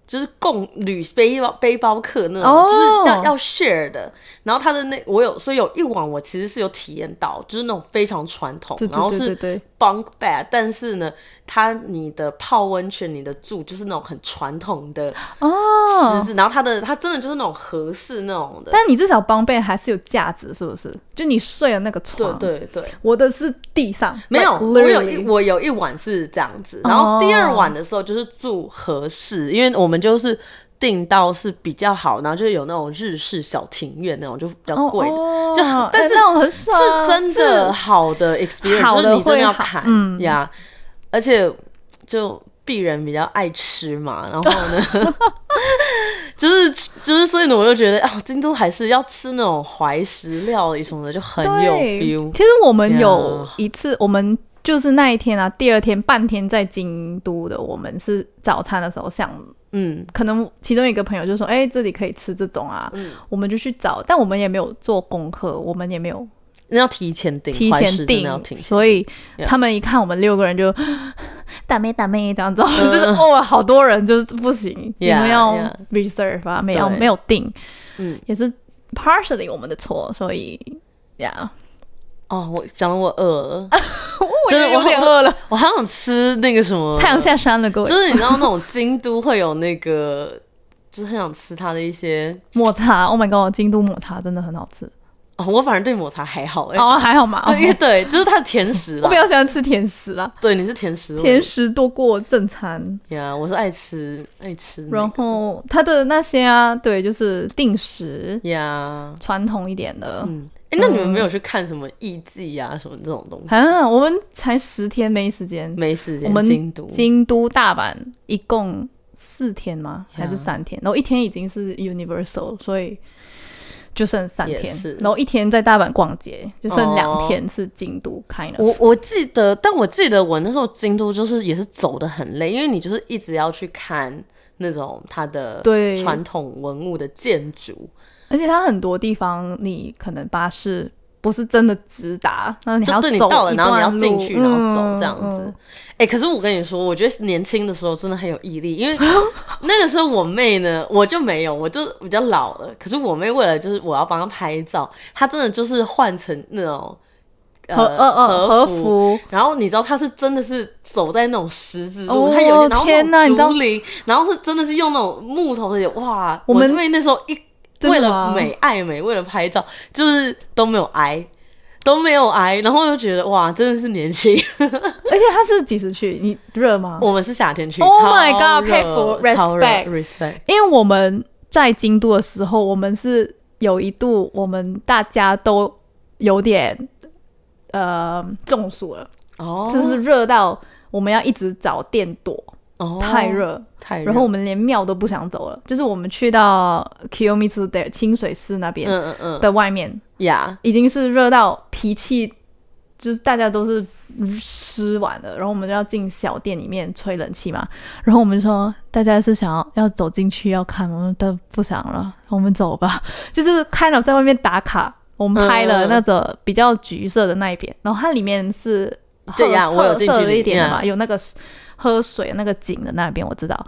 Speaker 1: 就是共旅背包背包客那种，
Speaker 2: 哦
Speaker 1: 就是要要 share 的。然后他的那我有，所以有一晚我其实是有体验到，就是那种非常传统，
Speaker 2: 对
Speaker 1: 然后
Speaker 2: 对对对
Speaker 1: 是
Speaker 2: 对，
Speaker 1: bunk bed，但是呢，它你的泡温泉、你的住就是那种很传统的
Speaker 2: 哦
Speaker 1: 池子，然后它的它真的就是那种合适那种的，
Speaker 2: 但你至少帮背还是有价值，是不是？就你睡的那个
Speaker 1: 对
Speaker 2: 床，，
Speaker 1: 对对。
Speaker 2: 我的是地上，
Speaker 1: 没有，
Speaker 2: like
Speaker 1: 我有一
Speaker 2: literally
Speaker 1: 我有一晚是这样子，然后第二晚的时候就是住合适，因为我们就是订到是比较好，然后就是有那种日式小庭院那种就比较
Speaker 2: 哦
Speaker 1: 贵的，
Speaker 2: 哦
Speaker 1: 就
Speaker 2: 哎
Speaker 1: 但是
Speaker 2: 那种很爽，啊
Speaker 1: 是真的
Speaker 2: 是
Speaker 1: 好的 experience，
Speaker 2: 好的
Speaker 1: 就是你真的
Speaker 2: 会
Speaker 1: 要
Speaker 2: 好
Speaker 1: 砍
Speaker 2: 嗯
Speaker 1: 呀，而且就鄙人比较爱吃嘛，然后呢。 就是就是，所以呢，我就觉得啊，京都还是要吃那种怀石料理什么的，就很有
Speaker 2: 对
Speaker 1: feel。
Speaker 2: 其实我们有
Speaker 1: 呀
Speaker 2: 一次，我们就是那一天啊，第二天半天在京都的，我们是早餐的时候想
Speaker 1: 嗯，
Speaker 2: 可能其中一个朋友就说：“哎、这里可以吃这种啊。
Speaker 1: 嗯
Speaker 2: 我们就去找，但我们也没有做功课，我们也没有
Speaker 1: 那要提前订，
Speaker 2: 提
Speaker 1: 怀
Speaker 2: 前
Speaker 1: 石真的要
Speaker 2: 订
Speaker 1: 提，前
Speaker 2: 所以
Speaker 1: Yeah
Speaker 2: 他们一看我们六个人就打妹打妹这样子， 就是哦，好多人就是不行，你
Speaker 1: 嗯 Yeah，
Speaker 2: 们要
Speaker 1: yeah
Speaker 2: reserve 啊，没有
Speaker 1: 对
Speaker 2: 没有订，
Speaker 1: 嗯，
Speaker 2: 也是 partially 我们的错，所以呀，
Speaker 1: 哦，我讲得我饿了，
Speaker 2: 我
Speaker 1: 真的
Speaker 2: 也有
Speaker 1: 我
Speaker 2: 点饿了，
Speaker 1: 我好想吃那个什么
Speaker 2: 太阳，下山了，各
Speaker 1: 就
Speaker 2: 位，
Speaker 1: 是你知道那种京都会有那个， 就是很想吃它的一些。
Speaker 2: 抹茶，Oh my god，京都抹茶真的很好吃，
Speaker 1: 哦，我反而对抹茶还好哎、欸
Speaker 2: 哦，还好嘛，
Speaker 1: 对，因
Speaker 2: 哦
Speaker 1: 为对，就是它的甜食
Speaker 2: 我
Speaker 1: 啦
Speaker 2: 比。较喜欢吃甜食啦。
Speaker 1: 对，你是甜食味，
Speaker 2: 甜食多过正餐，
Speaker 1: 呀我是爱吃爱吃那个、
Speaker 2: 然后它的那些啊，对，就是定时
Speaker 1: 呀，
Speaker 2: 传统一点的。
Speaker 1: 嗯，哎、那你们没有去看什么艺伎啊什么这种东西？
Speaker 2: 啊，我们才十天没时间，
Speaker 1: 没时间，
Speaker 2: 我们
Speaker 1: 京都
Speaker 2: 京都、大阪一共四天吗？
Speaker 1: 呀
Speaker 2: 还是三天？然后一天已经是 Universal，所以就剩三
Speaker 1: 也
Speaker 2: 天
Speaker 1: 是。
Speaker 2: 然后一天在大阪逛街，就剩
Speaker 1: 哦
Speaker 2: 两天是京都开了。
Speaker 1: 我我记得，但我记得我那时候京都就是也是走的很累，因为你就是一直要去看那种它的
Speaker 2: 对
Speaker 1: 传统文物的建筑，
Speaker 2: 而且它很多地方你可能巴士不是真的直达，那你还
Speaker 1: 就
Speaker 2: 要
Speaker 1: 对你
Speaker 2: 走
Speaker 1: 到了，
Speaker 2: 一
Speaker 1: 然后你要
Speaker 2: 段
Speaker 1: 进
Speaker 2: 路
Speaker 1: 去，然后走
Speaker 2: 嗯
Speaker 1: 这样子。哎、
Speaker 2: 嗯
Speaker 1: 可是我跟你说，我觉得年轻的时候真的很有毅力，因为那个时候我妹呢，我就没有，我就比较老了。可是我妹为了就是我要帮她拍照，她真的就是换成那种。
Speaker 2: 和呃呃和服，
Speaker 1: 然后你知道他是真的是走在那种石子路，
Speaker 2: 哦
Speaker 1: 他有些然后
Speaker 2: 天哪
Speaker 1: 那种
Speaker 2: 你知道
Speaker 1: 竹林，然后是真的是用那种木头的，哇！
Speaker 2: 我们
Speaker 1: 因为那时候一
Speaker 2: 真
Speaker 1: 为
Speaker 2: 的
Speaker 1: 了
Speaker 2: 吗
Speaker 1: 美爱美，为了拍照，就是都没有挨，都没有挨，然后就觉得哇，真的是年 轻。
Speaker 2: 而且他是几时去？你热吗？
Speaker 1: 我们是夏天去
Speaker 2: Oh
Speaker 1: 超
Speaker 2: my god，
Speaker 1: 热
Speaker 2: 佩服
Speaker 1: 超热
Speaker 2: respect
Speaker 1: respect。
Speaker 2: 因为我们在京都的时候，我们是有一度我们大家都有点呃中暑了，
Speaker 1: 哦，
Speaker 2: 就是热到我们要一直找店躲，
Speaker 1: 哦
Speaker 2: 太热，
Speaker 1: 太热，
Speaker 2: 然后我们连庙都不想走了，就是我们去到 Kiyomizu 的清水寺那边
Speaker 1: 嗯嗯嗯
Speaker 2: 的外面，
Speaker 1: 呀，
Speaker 2: 已经是热到脾气。就是大家都是湿完了，然后我们就要进小店里面吹冷气嘛。然后我们就说大家是想要要走进去要看，我们都不想了，我们走吧。 就是 kind of 在外面打卡，我们拍了
Speaker 1: 嗯
Speaker 2: 那个比较橘色的那一边，然后它里面是褐
Speaker 1: 对呀我有
Speaker 2: 褐
Speaker 1: 进
Speaker 2: 色
Speaker 1: 去
Speaker 2: 的
Speaker 1: 里
Speaker 2: 一点的
Speaker 1: 面嗯
Speaker 2: 嘛，有那个喝水那个井的那边我知道。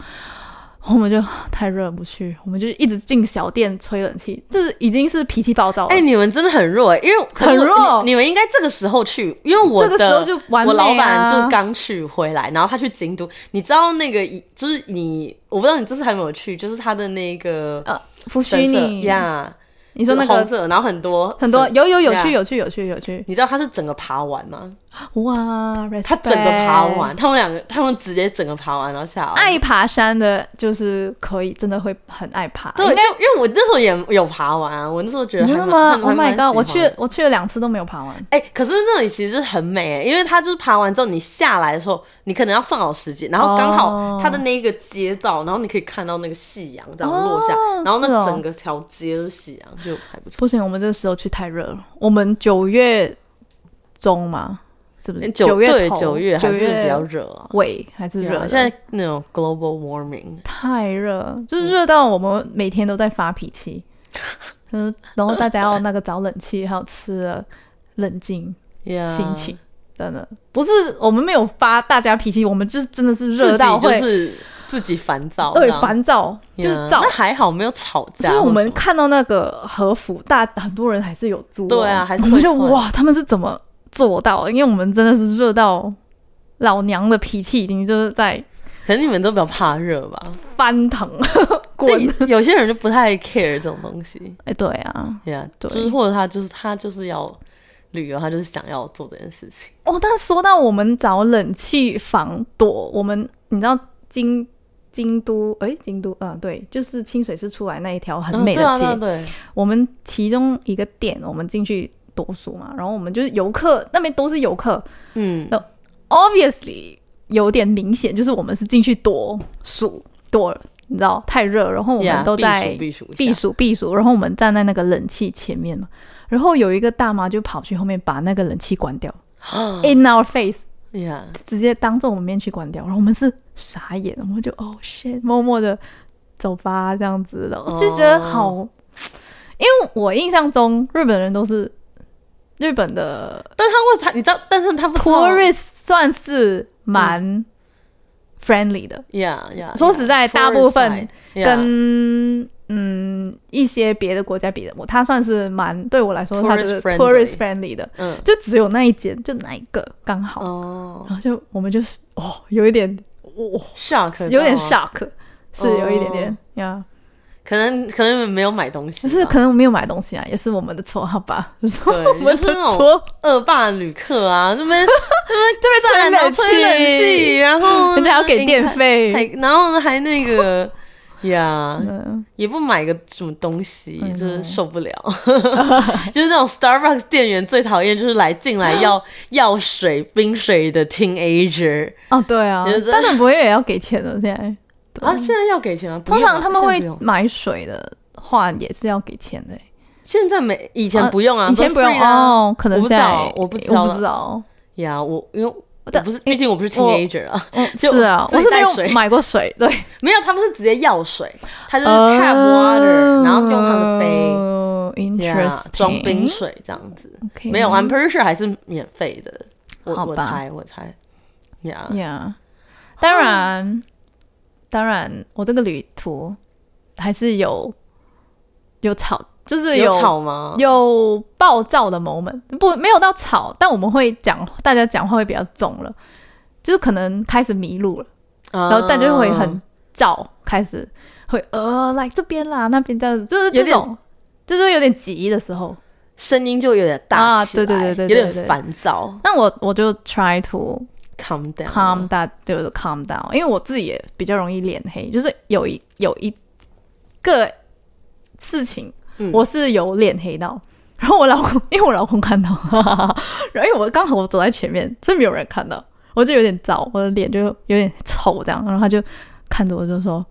Speaker 2: 我们就太热不去，我们就一直进小店吹冷气，就是已经是脾气暴躁了。
Speaker 1: 哎、你们真的很弱、欸，因为可是
Speaker 2: 很
Speaker 1: 我
Speaker 2: 弱
Speaker 1: 你你们应该这个时候去，因为我
Speaker 2: 这
Speaker 1: 的
Speaker 2: 个时候就完美
Speaker 1: 我
Speaker 2: 啊
Speaker 1: 老板就刚去回来，然后他去京都，你知道那个就是你，我不知道你这次还有没有去，就是他的那个
Speaker 2: 呃，伏
Speaker 1: 神
Speaker 2: 羲
Speaker 1: 社
Speaker 2: 你，
Speaker 1: 呀，
Speaker 2: 你说那
Speaker 1: 就是红
Speaker 2: 个
Speaker 1: 色，然后很多
Speaker 2: 很多
Speaker 1: 神
Speaker 2: 有有有
Speaker 1: 呀
Speaker 2: 趣有趣有趣有趣，
Speaker 1: 你知道他是整个爬完吗？
Speaker 2: 哇！
Speaker 1: 他整个爬完，，他们两个，他们直接整个爬完，然后下来。
Speaker 2: 爱爬山的就是可以，真的会很爱爬。
Speaker 1: 对，
Speaker 2: 应
Speaker 1: 就
Speaker 2: 该
Speaker 1: 因为我那时候也有爬完啊，我那时候觉得还
Speaker 2: 真
Speaker 1: 蛮
Speaker 2: 的吗
Speaker 1: 还
Speaker 2: ？Oh
Speaker 1: 还
Speaker 2: my
Speaker 1: 蛮喜
Speaker 2: god！我
Speaker 1: 欢
Speaker 2: 去
Speaker 1: 的
Speaker 2: 了我去了两次都没有爬完，
Speaker 1: 哎、可是那里其实就是很美、欸，因为它就是爬完之后，你下来的时候，你可能要上好时间，然后刚好
Speaker 2: 哦
Speaker 1: 它的那一个街道，然后你可以看到那个夕阳这样落下，
Speaker 2: 哦
Speaker 1: 然后
Speaker 2: 是
Speaker 1: 那
Speaker 2: 哦
Speaker 1: 整个条街都是夕阳，就还不错。
Speaker 2: 不行，我们这时候去太热了。我们九月中嘛，是不是？
Speaker 1: 九
Speaker 2: 月
Speaker 1: 对
Speaker 2: 头
Speaker 1: 九月还
Speaker 2: 九
Speaker 1: 是比较
Speaker 2: 月
Speaker 1: 热啊，
Speaker 2: 尾还是
Speaker 1: 对
Speaker 2: 热
Speaker 1: 啊
Speaker 2: 的，
Speaker 1: 现在那种 global warming，
Speaker 2: 太热，
Speaker 1: 嗯
Speaker 2: 就是热到我们每天都在发脾 气。嗯，然后大家要那个找冷气，还有吃了冷静
Speaker 1: yeah,
Speaker 2: 心情。真的不是我们没有发大家脾气，我们就是真的是热到
Speaker 1: 自己
Speaker 2: 会
Speaker 1: 就是自己烦躁这
Speaker 2: 对
Speaker 1: 样，
Speaker 2: 烦躁，就是
Speaker 1: Yeah，
Speaker 2: 躁
Speaker 1: 那。还好没有吵架
Speaker 2: 所
Speaker 1: 或什么，
Speaker 2: 以我们看到那个和服，大很多人还是有做、哦
Speaker 1: 对啊还是
Speaker 2: 我
Speaker 1: 会
Speaker 2: 们就
Speaker 1: 穿
Speaker 2: 哇，他们是怎么做到的？因为我们真的是热到老娘的脾气已经就是在
Speaker 1: 可能你们都比较怕热吧，
Speaker 2: 翻 腾
Speaker 1: 但
Speaker 2: 滚。
Speaker 1: 有些人就不太 care 这种东西。
Speaker 2: 哎，对啊，
Speaker 1: 对啊，
Speaker 2: 对
Speaker 1: 就是或者他就是他就是要旅游，他就是想要做这件事情。
Speaker 2: 哦，但说到我们找冷气房躲，我们你知道京京都哎，京都啊、对，就是清水寺出来那一条很美的
Speaker 1: 嗯、
Speaker 2: 街，
Speaker 1: 对啊对啊对，
Speaker 2: 我们其中一个店，我们进去躲暑嘛，然后我们就是游客，那边都是游客
Speaker 1: 嗯，
Speaker 2: ，obviously 有点明显，就是我们是进去躲暑，躲你知道太热，然后我们都在
Speaker 1: 避暑
Speaker 2: 避
Speaker 1: 避暑一下
Speaker 2: 暑避暑，然后我们站在那个冷气前面嘛，然后有一个大妈就跑去后面把那个冷气关掉、i
Speaker 1: 嗯
Speaker 2: n our face，
Speaker 1: 呀
Speaker 2: 就直接当着我们面去关掉，然后我们是傻眼，我们就哦 shit，默默的走吧这样子了，就觉得好，
Speaker 1: 哦
Speaker 2: 因为我印象中日本人都是日本的
Speaker 1: 但他为他你知道，但是他不知道
Speaker 2: tourist 算是
Speaker 1: 嗯
Speaker 2: 蛮 friendly 的，
Speaker 1: 呀呀，
Speaker 2: 说实在
Speaker 1: yeah，
Speaker 2: 大部分
Speaker 1: tourist side，yeah，
Speaker 2: 跟嗯一些别的国家比的，我他算是蛮对我来说他的
Speaker 1: Tourist friendly
Speaker 2: tourist friendly 的，
Speaker 1: 嗯
Speaker 2: 就只有那一间，就那一个刚好，
Speaker 1: 哦
Speaker 2: 然后就我们就是哦有一点。哦，
Speaker 1: ，shock
Speaker 2: 有点
Speaker 1: 到吗，
Speaker 2: shock，是有一点点呀。
Speaker 1: 可能可能没有买东西
Speaker 2: 只
Speaker 1: 吧，
Speaker 2: 是可能我没有买东西啊，也是我们的错，好吧？ 就是
Speaker 1: 对
Speaker 2: 我们
Speaker 1: 就是
Speaker 2: 的
Speaker 1: 那种
Speaker 2: 错，
Speaker 1: 恶霸旅客啊，那 边
Speaker 2: 对
Speaker 1: 站着
Speaker 2: 冷
Speaker 1: 吹冷气，
Speaker 2: 气，
Speaker 1: 然后
Speaker 2: 人家要给
Speaker 1: 呢
Speaker 2: 电，
Speaker 1: 还
Speaker 2: 费。
Speaker 1: 然后呢还那个 呀，
Speaker 2: 嗯，
Speaker 1: 也不买个什么东西，
Speaker 2: 嗯
Speaker 1: 就是受不了。 就是那种 Starbucks 店员最讨厌，就是来进来 要要水、冰水的 teenager
Speaker 2: 哦，对啊
Speaker 1: 就是，
Speaker 2: 但是不会也要给钱的。现在
Speaker 1: 啊！现在要给钱啊？
Speaker 2: 嗯
Speaker 1: 不
Speaker 2: 通
Speaker 1: 用啊
Speaker 2: 常他们
Speaker 1: 现
Speaker 2: 会
Speaker 1: 在不用
Speaker 2: 买水的话，也是要给钱的欸。
Speaker 1: 现在没以前
Speaker 2: 啊
Speaker 1: 不用啊，
Speaker 2: 以前不
Speaker 1: 都 free
Speaker 2: 用
Speaker 1: 啊。
Speaker 2: 哦，可能
Speaker 1: 我
Speaker 2: 现
Speaker 1: 不知
Speaker 2: 在
Speaker 1: 道我不知道
Speaker 2: 我不知道。
Speaker 1: 呀，我因为我
Speaker 2: 但
Speaker 1: 不是，毕竟我不是 teenager 啊，
Speaker 2: 嗯
Speaker 1: 就是
Speaker 2: 啊，
Speaker 1: 自己
Speaker 2: 我是没
Speaker 1: 带水
Speaker 2: 有买过水，对，
Speaker 1: 没有，他们是直接要水，他就是 tap
Speaker 2: 哦
Speaker 1: water，然后用他们的杯。呀，
Speaker 2: ，interest
Speaker 1: 装冰水这样子，
Speaker 2: OK
Speaker 1: 没有，I'm pretty sure 还是免费的，我
Speaker 2: 好
Speaker 1: 我
Speaker 2: 吧
Speaker 1: 猜我猜，呀
Speaker 2: Yeah，当然，
Speaker 1: 哦
Speaker 2: 当然，我这个旅途还是有有吵，就是有
Speaker 1: 有吵吗？
Speaker 2: 有暴躁的 moment，不没有到吵，但我们会讲，大家讲话会比较重了，就是可能开始迷路了，
Speaker 1: 然哦
Speaker 2: 然后大家会很躁，开始会呃来这边啦，那边这样子，就是
Speaker 1: 有
Speaker 2: 这
Speaker 1: 点
Speaker 2: 种，就是有点急的时候。
Speaker 1: 声音就有点大
Speaker 2: 啊
Speaker 1: 起来，
Speaker 2: 对对对对
Speaker 1: 有
Speaker 2: 对
Speaker 1: 点
Speaker 2: 对
Speaker 1: 烦躁
Speaker 2: 那我我就 try to
Speaker 1: ，calm down。
Speaker 2: calm down，就是 calm down，因为我自己也比较容易脸黑，就是有一有一个事情，
Speaker 1: 嗯
Speaker 2: 我是有脸黑到。然后我老公，因为我老公看到， 然后因为我刚好我走在前面，所以没有人看到，我就有点糟，我的脸就有点丑这样，然后他就看着我就说：“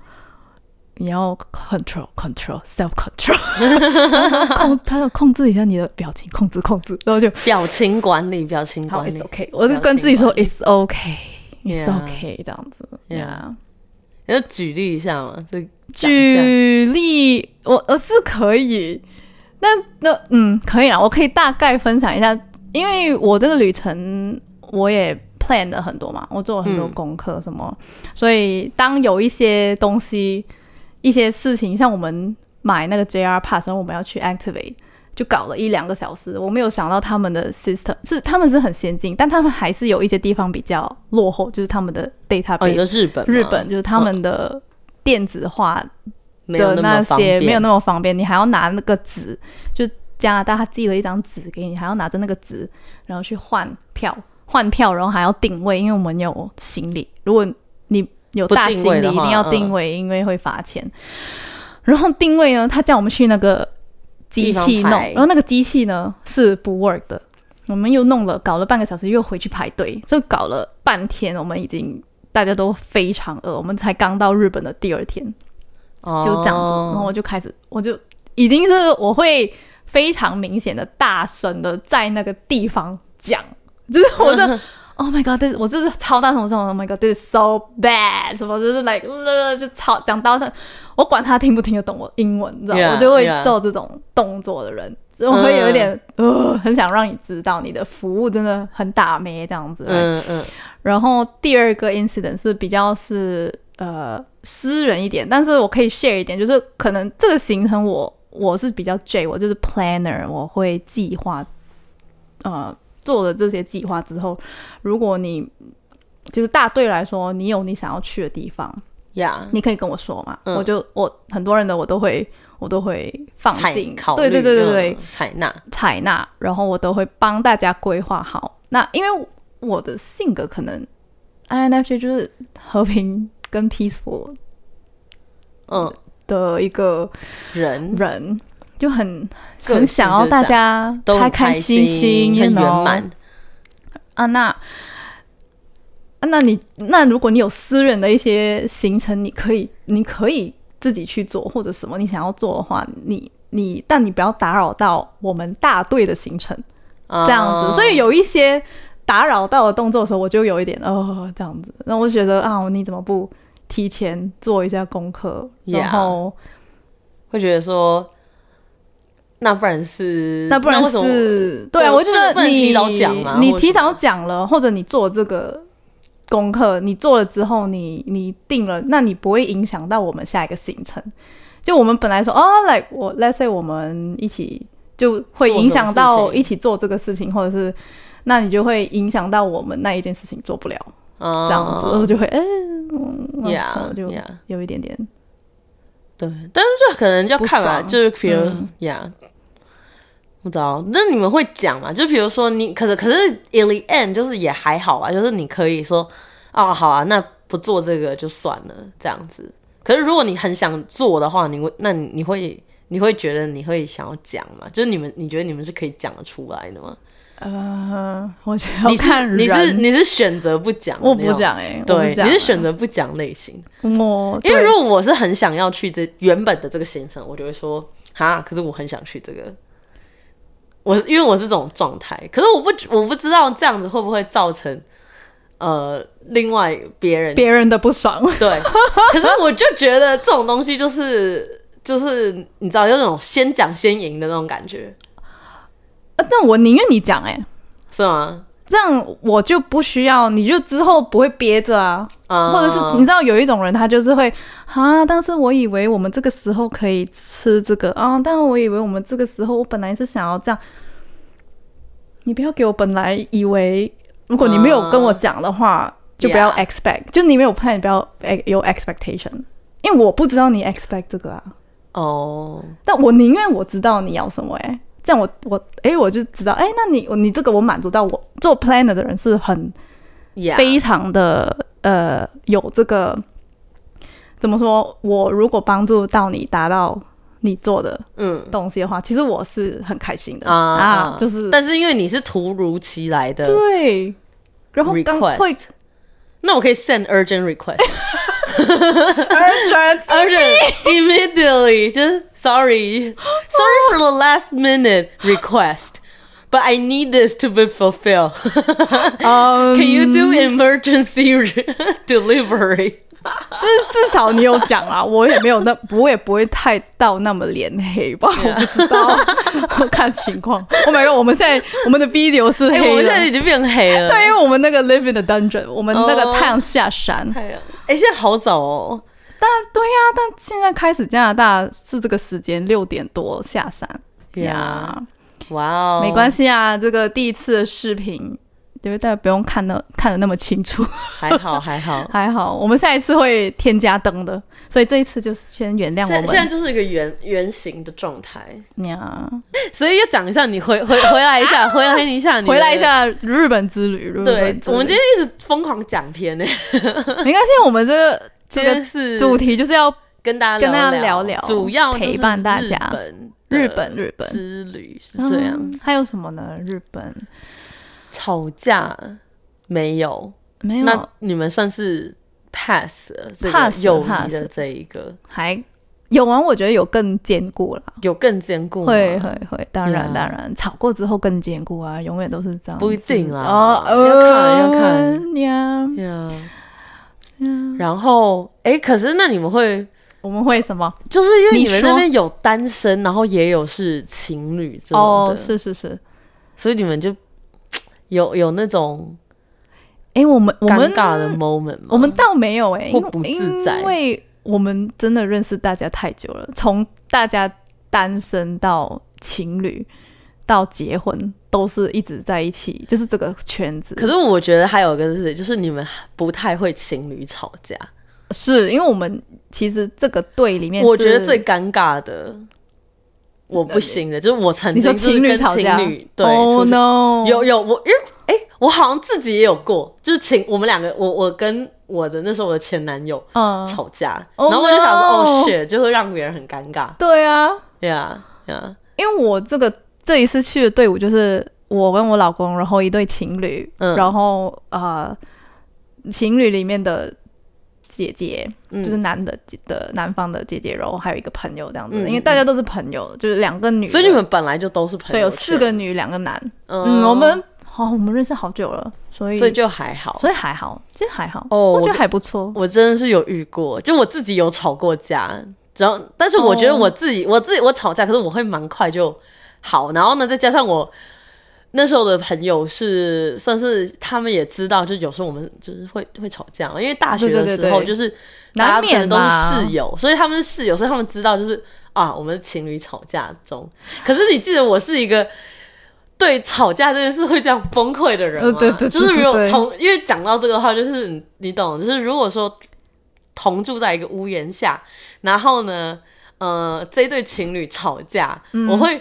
Speaker 2: 你要 control control self control，控 他说控制一下你的表情，控制控制。”然后就
Speaker 1: 表情管理，表情
Speaker 2: 好
Speaker 1: 管
Speaker 2: ，it's
Speaker 1: 理，
Speaker 2: okay，我就跟自己说
Speaker 1: 表
Speaker 2: it's okay，it's
Speaker 1: Yeah
Speaker 2: okay 这样子。
Speaker 1: Yeah
Speaker 2: Yeah，
Speaker 1: 你就举例一下嘛，这讲一下
Speaker 2: 举例，我我是可以，那那嗯，可以啊，我可以大概分享一下，因为我这个旅程我也 plan 了很多嘛，我做了很多
Speaker 1: 嗯
Speaker 2: 功课什么，所以当有一些东西、一些事情，像我们买那个 JR Pass，然后我们要去 activate。就搞了一两个小时，我没有想到他们的 system 是他们是很先进，但他们还是有一些地方比较落后，就是他们的 data
Speaker 1: 哦，
Speaker 2: base、
Speaker 1: 你说日本吗，
Speaker 2: 日本就是他们的电子化
Speaker 1: 没有
Speaker 2: 的
Speaker 1: 那
Speaker 2: 那
Speaker 1: 么方
Speaker 2: 些
Speaker 1: 便，
Speaker 2: 没有那么方便，你还要拿那个纸，就加拿大他寄了一张纸给你，还要拿着那个纸，然后去换票，换票，然后还要定位，因为我们有行李，如果你有大
Speaker 1: 不定
Speaker 2: 行
Speaker 1: 位
Speaker 2: 李
Speaker 1: 的
Speaker 2: 一
Speaker 1: 话
Speaker 2: 定要
Speaker 1: 嗯
Speaker 2: 定位，因为会罚钱。然后定位呢，他叫我们去那个机器
Speaker 1: 地
Speaker 2: 弄
Speaker 1: 方排，
Speaker 2: 然后那个机器呢是不 work 的，我们又弄了，搞了半个小时，又回去排队，就搞了半天，我们已经。大家都非常饿，我们才刚到日本的第二天，
Speaker 1: 哦
Speaker 2: 就这样子，然后我就开始，我就已经是我会非常明显的大声的在那个地方讲，就是 我这 Oh my god，this 我就是超大声，我说 Oh my god，this is so bad，什么就是 like 呃就超讲到上，我管他听不听得懂我英文，你知道
Speaker 1: Yeah,
Speaker 2: 我就会
Speaker 1: yeah.
Speaker 2: 做这种动作的人，所以我会有一点、
Speaker 1: 嗯
Speaker 2: 呃，很想让你知道你的服务真的很打咩这样子。
Speaker 1: 嗯嗯，
Speaker 2: 然后第二个 incident 是比较是呃私人一点，但是我可以 share 一点，就是可能这个行程我我是比较 J，我就是 planner，我会计划，呃，做了这些计划之后，如果你就是大队来说，你有你想要去的地方，
Speaker 1: 呀，
Speaker 2: 你可以跟我说嘛，
Speaker 1: 嗯
Speaker 2: 我就我很多人的我都会我都会放
Speaker 1: 采
Speaker 2: 进，
Speaker 1: 考虑，
Speaker 2: 对对对对对，
Speaker 1: 嗯，采纳，
Speaker 2: 采纳，然后我都会帮大家规划好。那因为我的性格可能 INFJ 就是和平跟 peaceful
Speaker 1: 嗯，
Speaker 2: 的一个
Speaker 1: 人
Speaker 2: 人，就很
Speaker 1: 个性
Speaker 2: 很想要大家
Speaker 1: 都很
Speaker 2: 开
Speaker 1: 心
Speaker 2: 心心，
Speaker 1: 很
Speaker 2: you
Speaker 1: 圆
Speaker 2: know
Speaker 1: 满，
Speaker 2: 啊。那啊那你那如果你有私人的一些行程，你可以你可以自己去做，或者什么你想要做的话，你你但你不要打扰到我们大队的行程。这样子，
Speaker 1: 哦
Speaker 2: 所以有一些打扰到的动作的时候，我就有一点哦这样子，那我就觉得啊，你怎么不提前做一下功课
Speaker 1: Yeah
Speaker 2: 然后
Speaker 1: 会觉得说，那不然是
Speaker 2: 那不然
Speaker 1: 嗯为什么
Speaker 2: 是对啊，
Speaker 1: 对
Speaker 2: 我就觉
Speaker 1: 不
Speaker 2: 得
Speaker 1: 能
Speaker 2: 你
Speaker 1: 提早讲吗
Speaker 2: 你
Speaker 1: 或者
Speaker 2: 提早讲了，或者你做这个功课，你做了之后，你你定了，那你不会影响到我们下一个行程。就我们本来说哦，like 我 let's say 我们一起就会影响
Speaker 1: 做什么
Speaker 2: 到
Speaker 1: 事情
Speaker 2: 一起做这个事情，或者是那你就会影响到我们那一件事情做不了，
Speaker 1: 这
Speaker 2: 这样子我就会哎，嗯然后
Speaker 1: Yeah,
Speaker 2: 就
Speaker 1: yeah
Speaker 2: 有一点点
Speaker 1: 对，但是这可能要看吧，
Speaker 2: 不爽
Speaker 1: 就是比如
Speaker 2: 嗯
Speaker 1: 呀。不知道，那你们会讲嘛？就比如说你，可是可是 in the end 就是也还好啊，就是你可以说，啊，好啊，那不做这个就算了，这样子。可是如果你很想做的话，你会，那你你会你会觉得你会想要讲嘛？就是你们，你觉得你们是可以讲得出来的吗？
Speaker 2: 呃， 我觉得
Speaker 1: 你
Speaker 2: 要看
Speaker 1: 是
Speaker 2: 人，
Speaker 1: 你是你是选择不讲的那
Speaker 2: 我
Speaker 1: 种，
Speaker 2: 不讲哎，我
Speaker 1: 对，
Speaker 2: 不讲
Speaker 1: 你
Speaker 2: 啊
Speaker 1: 是选择不讲类型。
Speaker 2: 我
Speaker 1: 因为
Speaker 2: 对
Speaker 1: 如果我是很想要去这原本的这个行程，我就会说哈，可是我很想去这个。我因为我是这种状态，可是我不我不知道这样子会不会造成呃另外别人
Speaker 2: 别人的不爽，
Speaker 1: 对，可是我就觉得这种东西就是就是你知道有那种先讲先赢的那种感觉
Speaker 2: 呃但我宁愿你讲哎、欸，
Speaker 1: 是吗？
Speaker 2: 这样我就不需要，你就之后不会憋着啊。
Speaker 1: 啊、
Speaker 2: 或者是你知道有一种人，他就是会啊，但是我以为我们这个时候可以吃这个啊，但我以为我们这个时候，我本来是想要这样。你不要给我本来以为，如果你没有跟我讲的话，就不要
Speaker 1: Yeah
Speaker 2: expect，、就你没有 plan，不要 ex- 有 expectation，因因为我不知道你 expect 这个啊，
Speaker 1: 哦，
Speaker 2: 但我宁愿我知道你要什么、欸，这样我我哎、我就知道，哎、那你你这个我满足到我做 planner 的人是很
Speaker 1: 呀，
Speaker 2: 非常的呃有这个怎么说？我如果帮助到你达到你做的
Speaker 1: 嗯
Speaker 2: 东西的话，其实我是很开心的
Speaker 1: 啊啊
Speaker 2: 就是
Speaker 1: 但是因为你是突如其来的，
Speaker 2: 对，啊然后刚
Speaker 1: Request
Speaker 2: 会
Speaker 1: 那我可以 send urgent request，urgent
Speaker 2: 而
Speaker 1: immediately，就是 sorry，sorry for the last minute request。But I need this to be fulfilled.
Speaker 2: 嗯呃
Speaker 1: Can you do
Speaker 2: Um
Speaker 1: emergency delivery?
Speaker 2: 至至少你有讲 啊，我也没有那我也不会太到那么脸黑吧，我不知道，我看情况。Oh my god，我们现在我们的 video 是
Speaker 1: 哎、我
Speaker 2: 黑
Speaker 1: 们
Speaker 2: 的，
Speaker 1: 现在已经变黑了。
Speaker 2: 对，因为我们那个 live in the dungeon，我们那个
Speaker 1: 哦
Speaker 2: 太阳下山。
Speaker 1: 太阳，哎、现在好早哦。
Speaker 2: 但对呀、但现在开始加拿大是这个时间六点多下山呀
Speaker 1: Yeah，哇哦，
Speaker 2: 没关
Speaker 1: 系，
Speaker 2: 系啊，这个第一次的视频，因为大家不用看的看的那么清 楚，
Speaker 1: 还 好还好。
Speaker 2: 还好。我们下一次会添加灯的，所以这一次就是先原谅
Speaker 1: 现在
Speaker 2: 我
Speaker 1: 现在
Speaker 2: 们
Speaker 1: 就是一个圆圆形的状态，
Speaker 2: 呀。
Speaker 1: 所以要讲一下，你回回回来一下，回来一下，你的
Speaker 2: 啊回来一。下嗯日本之旅，日
Speaker 1: 对
Speaker 2: 本，之旅
Speaker 1: 我们今天一直疯狂讲偏呢，
Speaker 2: 没关系，我们这个这
Speaker 1: 今天
Speaker 2: 个
Speaker 1: 是
Speaker 2: 主题就是要
Speaker 1: 跟大家
Speaker 2: 跟大家聊
Speaker 1: 聊
Speaker 2: 聊
Speaker 1: 主要就是
Speaker 2: 陪伴大家日
Speaker 1: 日本的
Speaker 2: 本日本
Speaker 1: 之旅呃是这样
Speaker 2: 嗯
Speaker 1: 子，
Speaker 2: 还有什么呢？日本
Speaker 1: 吵架没有，
Speaker 2: 没有
Speaker 1: 那，你们算是 pass 了这个
Speaker 2: pass 了
Speaker 1: 友谊
Speaker 2: pass
Speaker 1: 的
Speaker 2: 了
Speaker 1: 这一个，
Speaker 2: 还有啊，我觉得有更坚固了。
Speaker 1: 有更坚固吗？
Speaker 2: 会会会，当然
Speaker 1: Yeah
Speaker 2: 当然，吵过之后更坚固啊，永远都是这样子。
Speaker 1: 不一定啦
Speaker 2: 哦，嗯
Speaker 1: 要看要看
Speaker 2: 呀，
Speaker 1: 呀。
Speaker 2: 嗯
Speaker 1: 然后，哎，可是那你们会，
Speaker 2: 我们会什么？
Speaker 1: 就是因为
Speaker 2: 你
Speaker 1: 你们
Speaker 2: 说
Speaker 1: 那边有单身，然后也有是情侣这种
Speaker 2: 哦，
Speaker 1: 的，
Speaker 2: 是是是，
Speaker 1: 所以你们就有有那种
Speaker 2: 哎，我们我
Speaker 1: 尴
Speaker 2: 们
Speaker 1: 尬的 moment 吗？
Speaker 2: 我们倒没有哎，
Speaker 1: 或
Speaker 2: 因为
Speaker 1: 不自在
Speaker 2: 因为我们真的认识大家太久了，从大家单身到情侣到结婚，都是一直在一起，就是这个圈子。
Speaker 1: 可是我觉得还有一个就是，就是你们不太会情侣吵架。
Speaker 2: 是因为我们其实这个队里面是，
Speaker 1: 我觉得最尴尬的，我不行的，就是我曾
Speaker 2: 你
Speaker 1: 经
Speaker 2: 说
Speaker 1: 就是
Speaker 2: 情侣
Speaker 1: 跟
Speaker 2: 吵
Speaker 1: 情
Speaker 2: 架
Speaker 1: 侣对
Speaker 2: ，Oh
Speaker 1: 出去
Speaker 2: no，
Speaker 1: 有有我因为哎、我好像自己也有过，就是情我们两个，我我跟我的那时候我的前男友
Speaker 2: 嗯，
Speaker 1: 吵架，
Speaker 2: Oh
Speaker 1: 然后我就想说
Speaker 2: no
Speaker 1: 哦 shit，就会让别人很尴尬。
Speaker 2: 对啊，
Speaker 1: 对啊，对啊，
Speaker 2: 因为我这个这一次去的队伍就是我跟我老公，然后一对情侣，
Speaker 1: 嗯
Speaker 2: 然后呃，情侣里面的姐姐，
Speaker 1: 嗯
Speaker 2: 就是男的的男方的姐姐，然后还有一个朋友这样子，
Speaker 1: 嗯
Speaker 2: 因为大家都是朋友，就是两个女的，
Speaker 1: 所以你们本来就都是朋友，
Speaker 2: 所以有四个，女两个男，
Speaker 1: 嗯
Speaker 2: 嗯，我们哦，我们认识好久了，所以
Speaker 1: 所以就还好。
Speaker 2: 所以还好，其实还好，
Speaker 1: 哦
Speaker 2: 我觉得
Speaker 1: 我
Speaker 2: 还不错，
Speaker 1: 我真的是有遇过，就我自己有吵过架，然后但是我觉得
Speaker 2: 哦
Speaker 1: 我自己、我自己我吵架，可是我会蛮快就好，然后呢再加上我那时候的朋友是算是他们也知道，就有时候我们就是会会吵架嘛，因为大学
Speaker 2: 对
Speaker 1: 的
Speaker 2: 对对
Speaker 1: 时候
Speaker 2: 对
Speaker 1: 就是大
Speaker 2: 难
Speaker 1: 家可能
Speaker 2: 免
Speaker 1: 都是
Speaker 2: 吧
Speaker 1: 室友，所以他们是室友，所以他们知道就是啊我们是情侣吵架中，可是你记得我是一个。对吵架这件事会这样崩溃的人吗？
Speaker 2: 呃对对对
Speaker 1: 就是如
Speaker 2: 对
Speaker 1: 果
Speaker 2: 对
Speaker 1: 同，因为讲到这个的话，就是你你懂，就是如果说同住在一个屋檐下，然后呢，呃，这一对情侣吵架，我 会，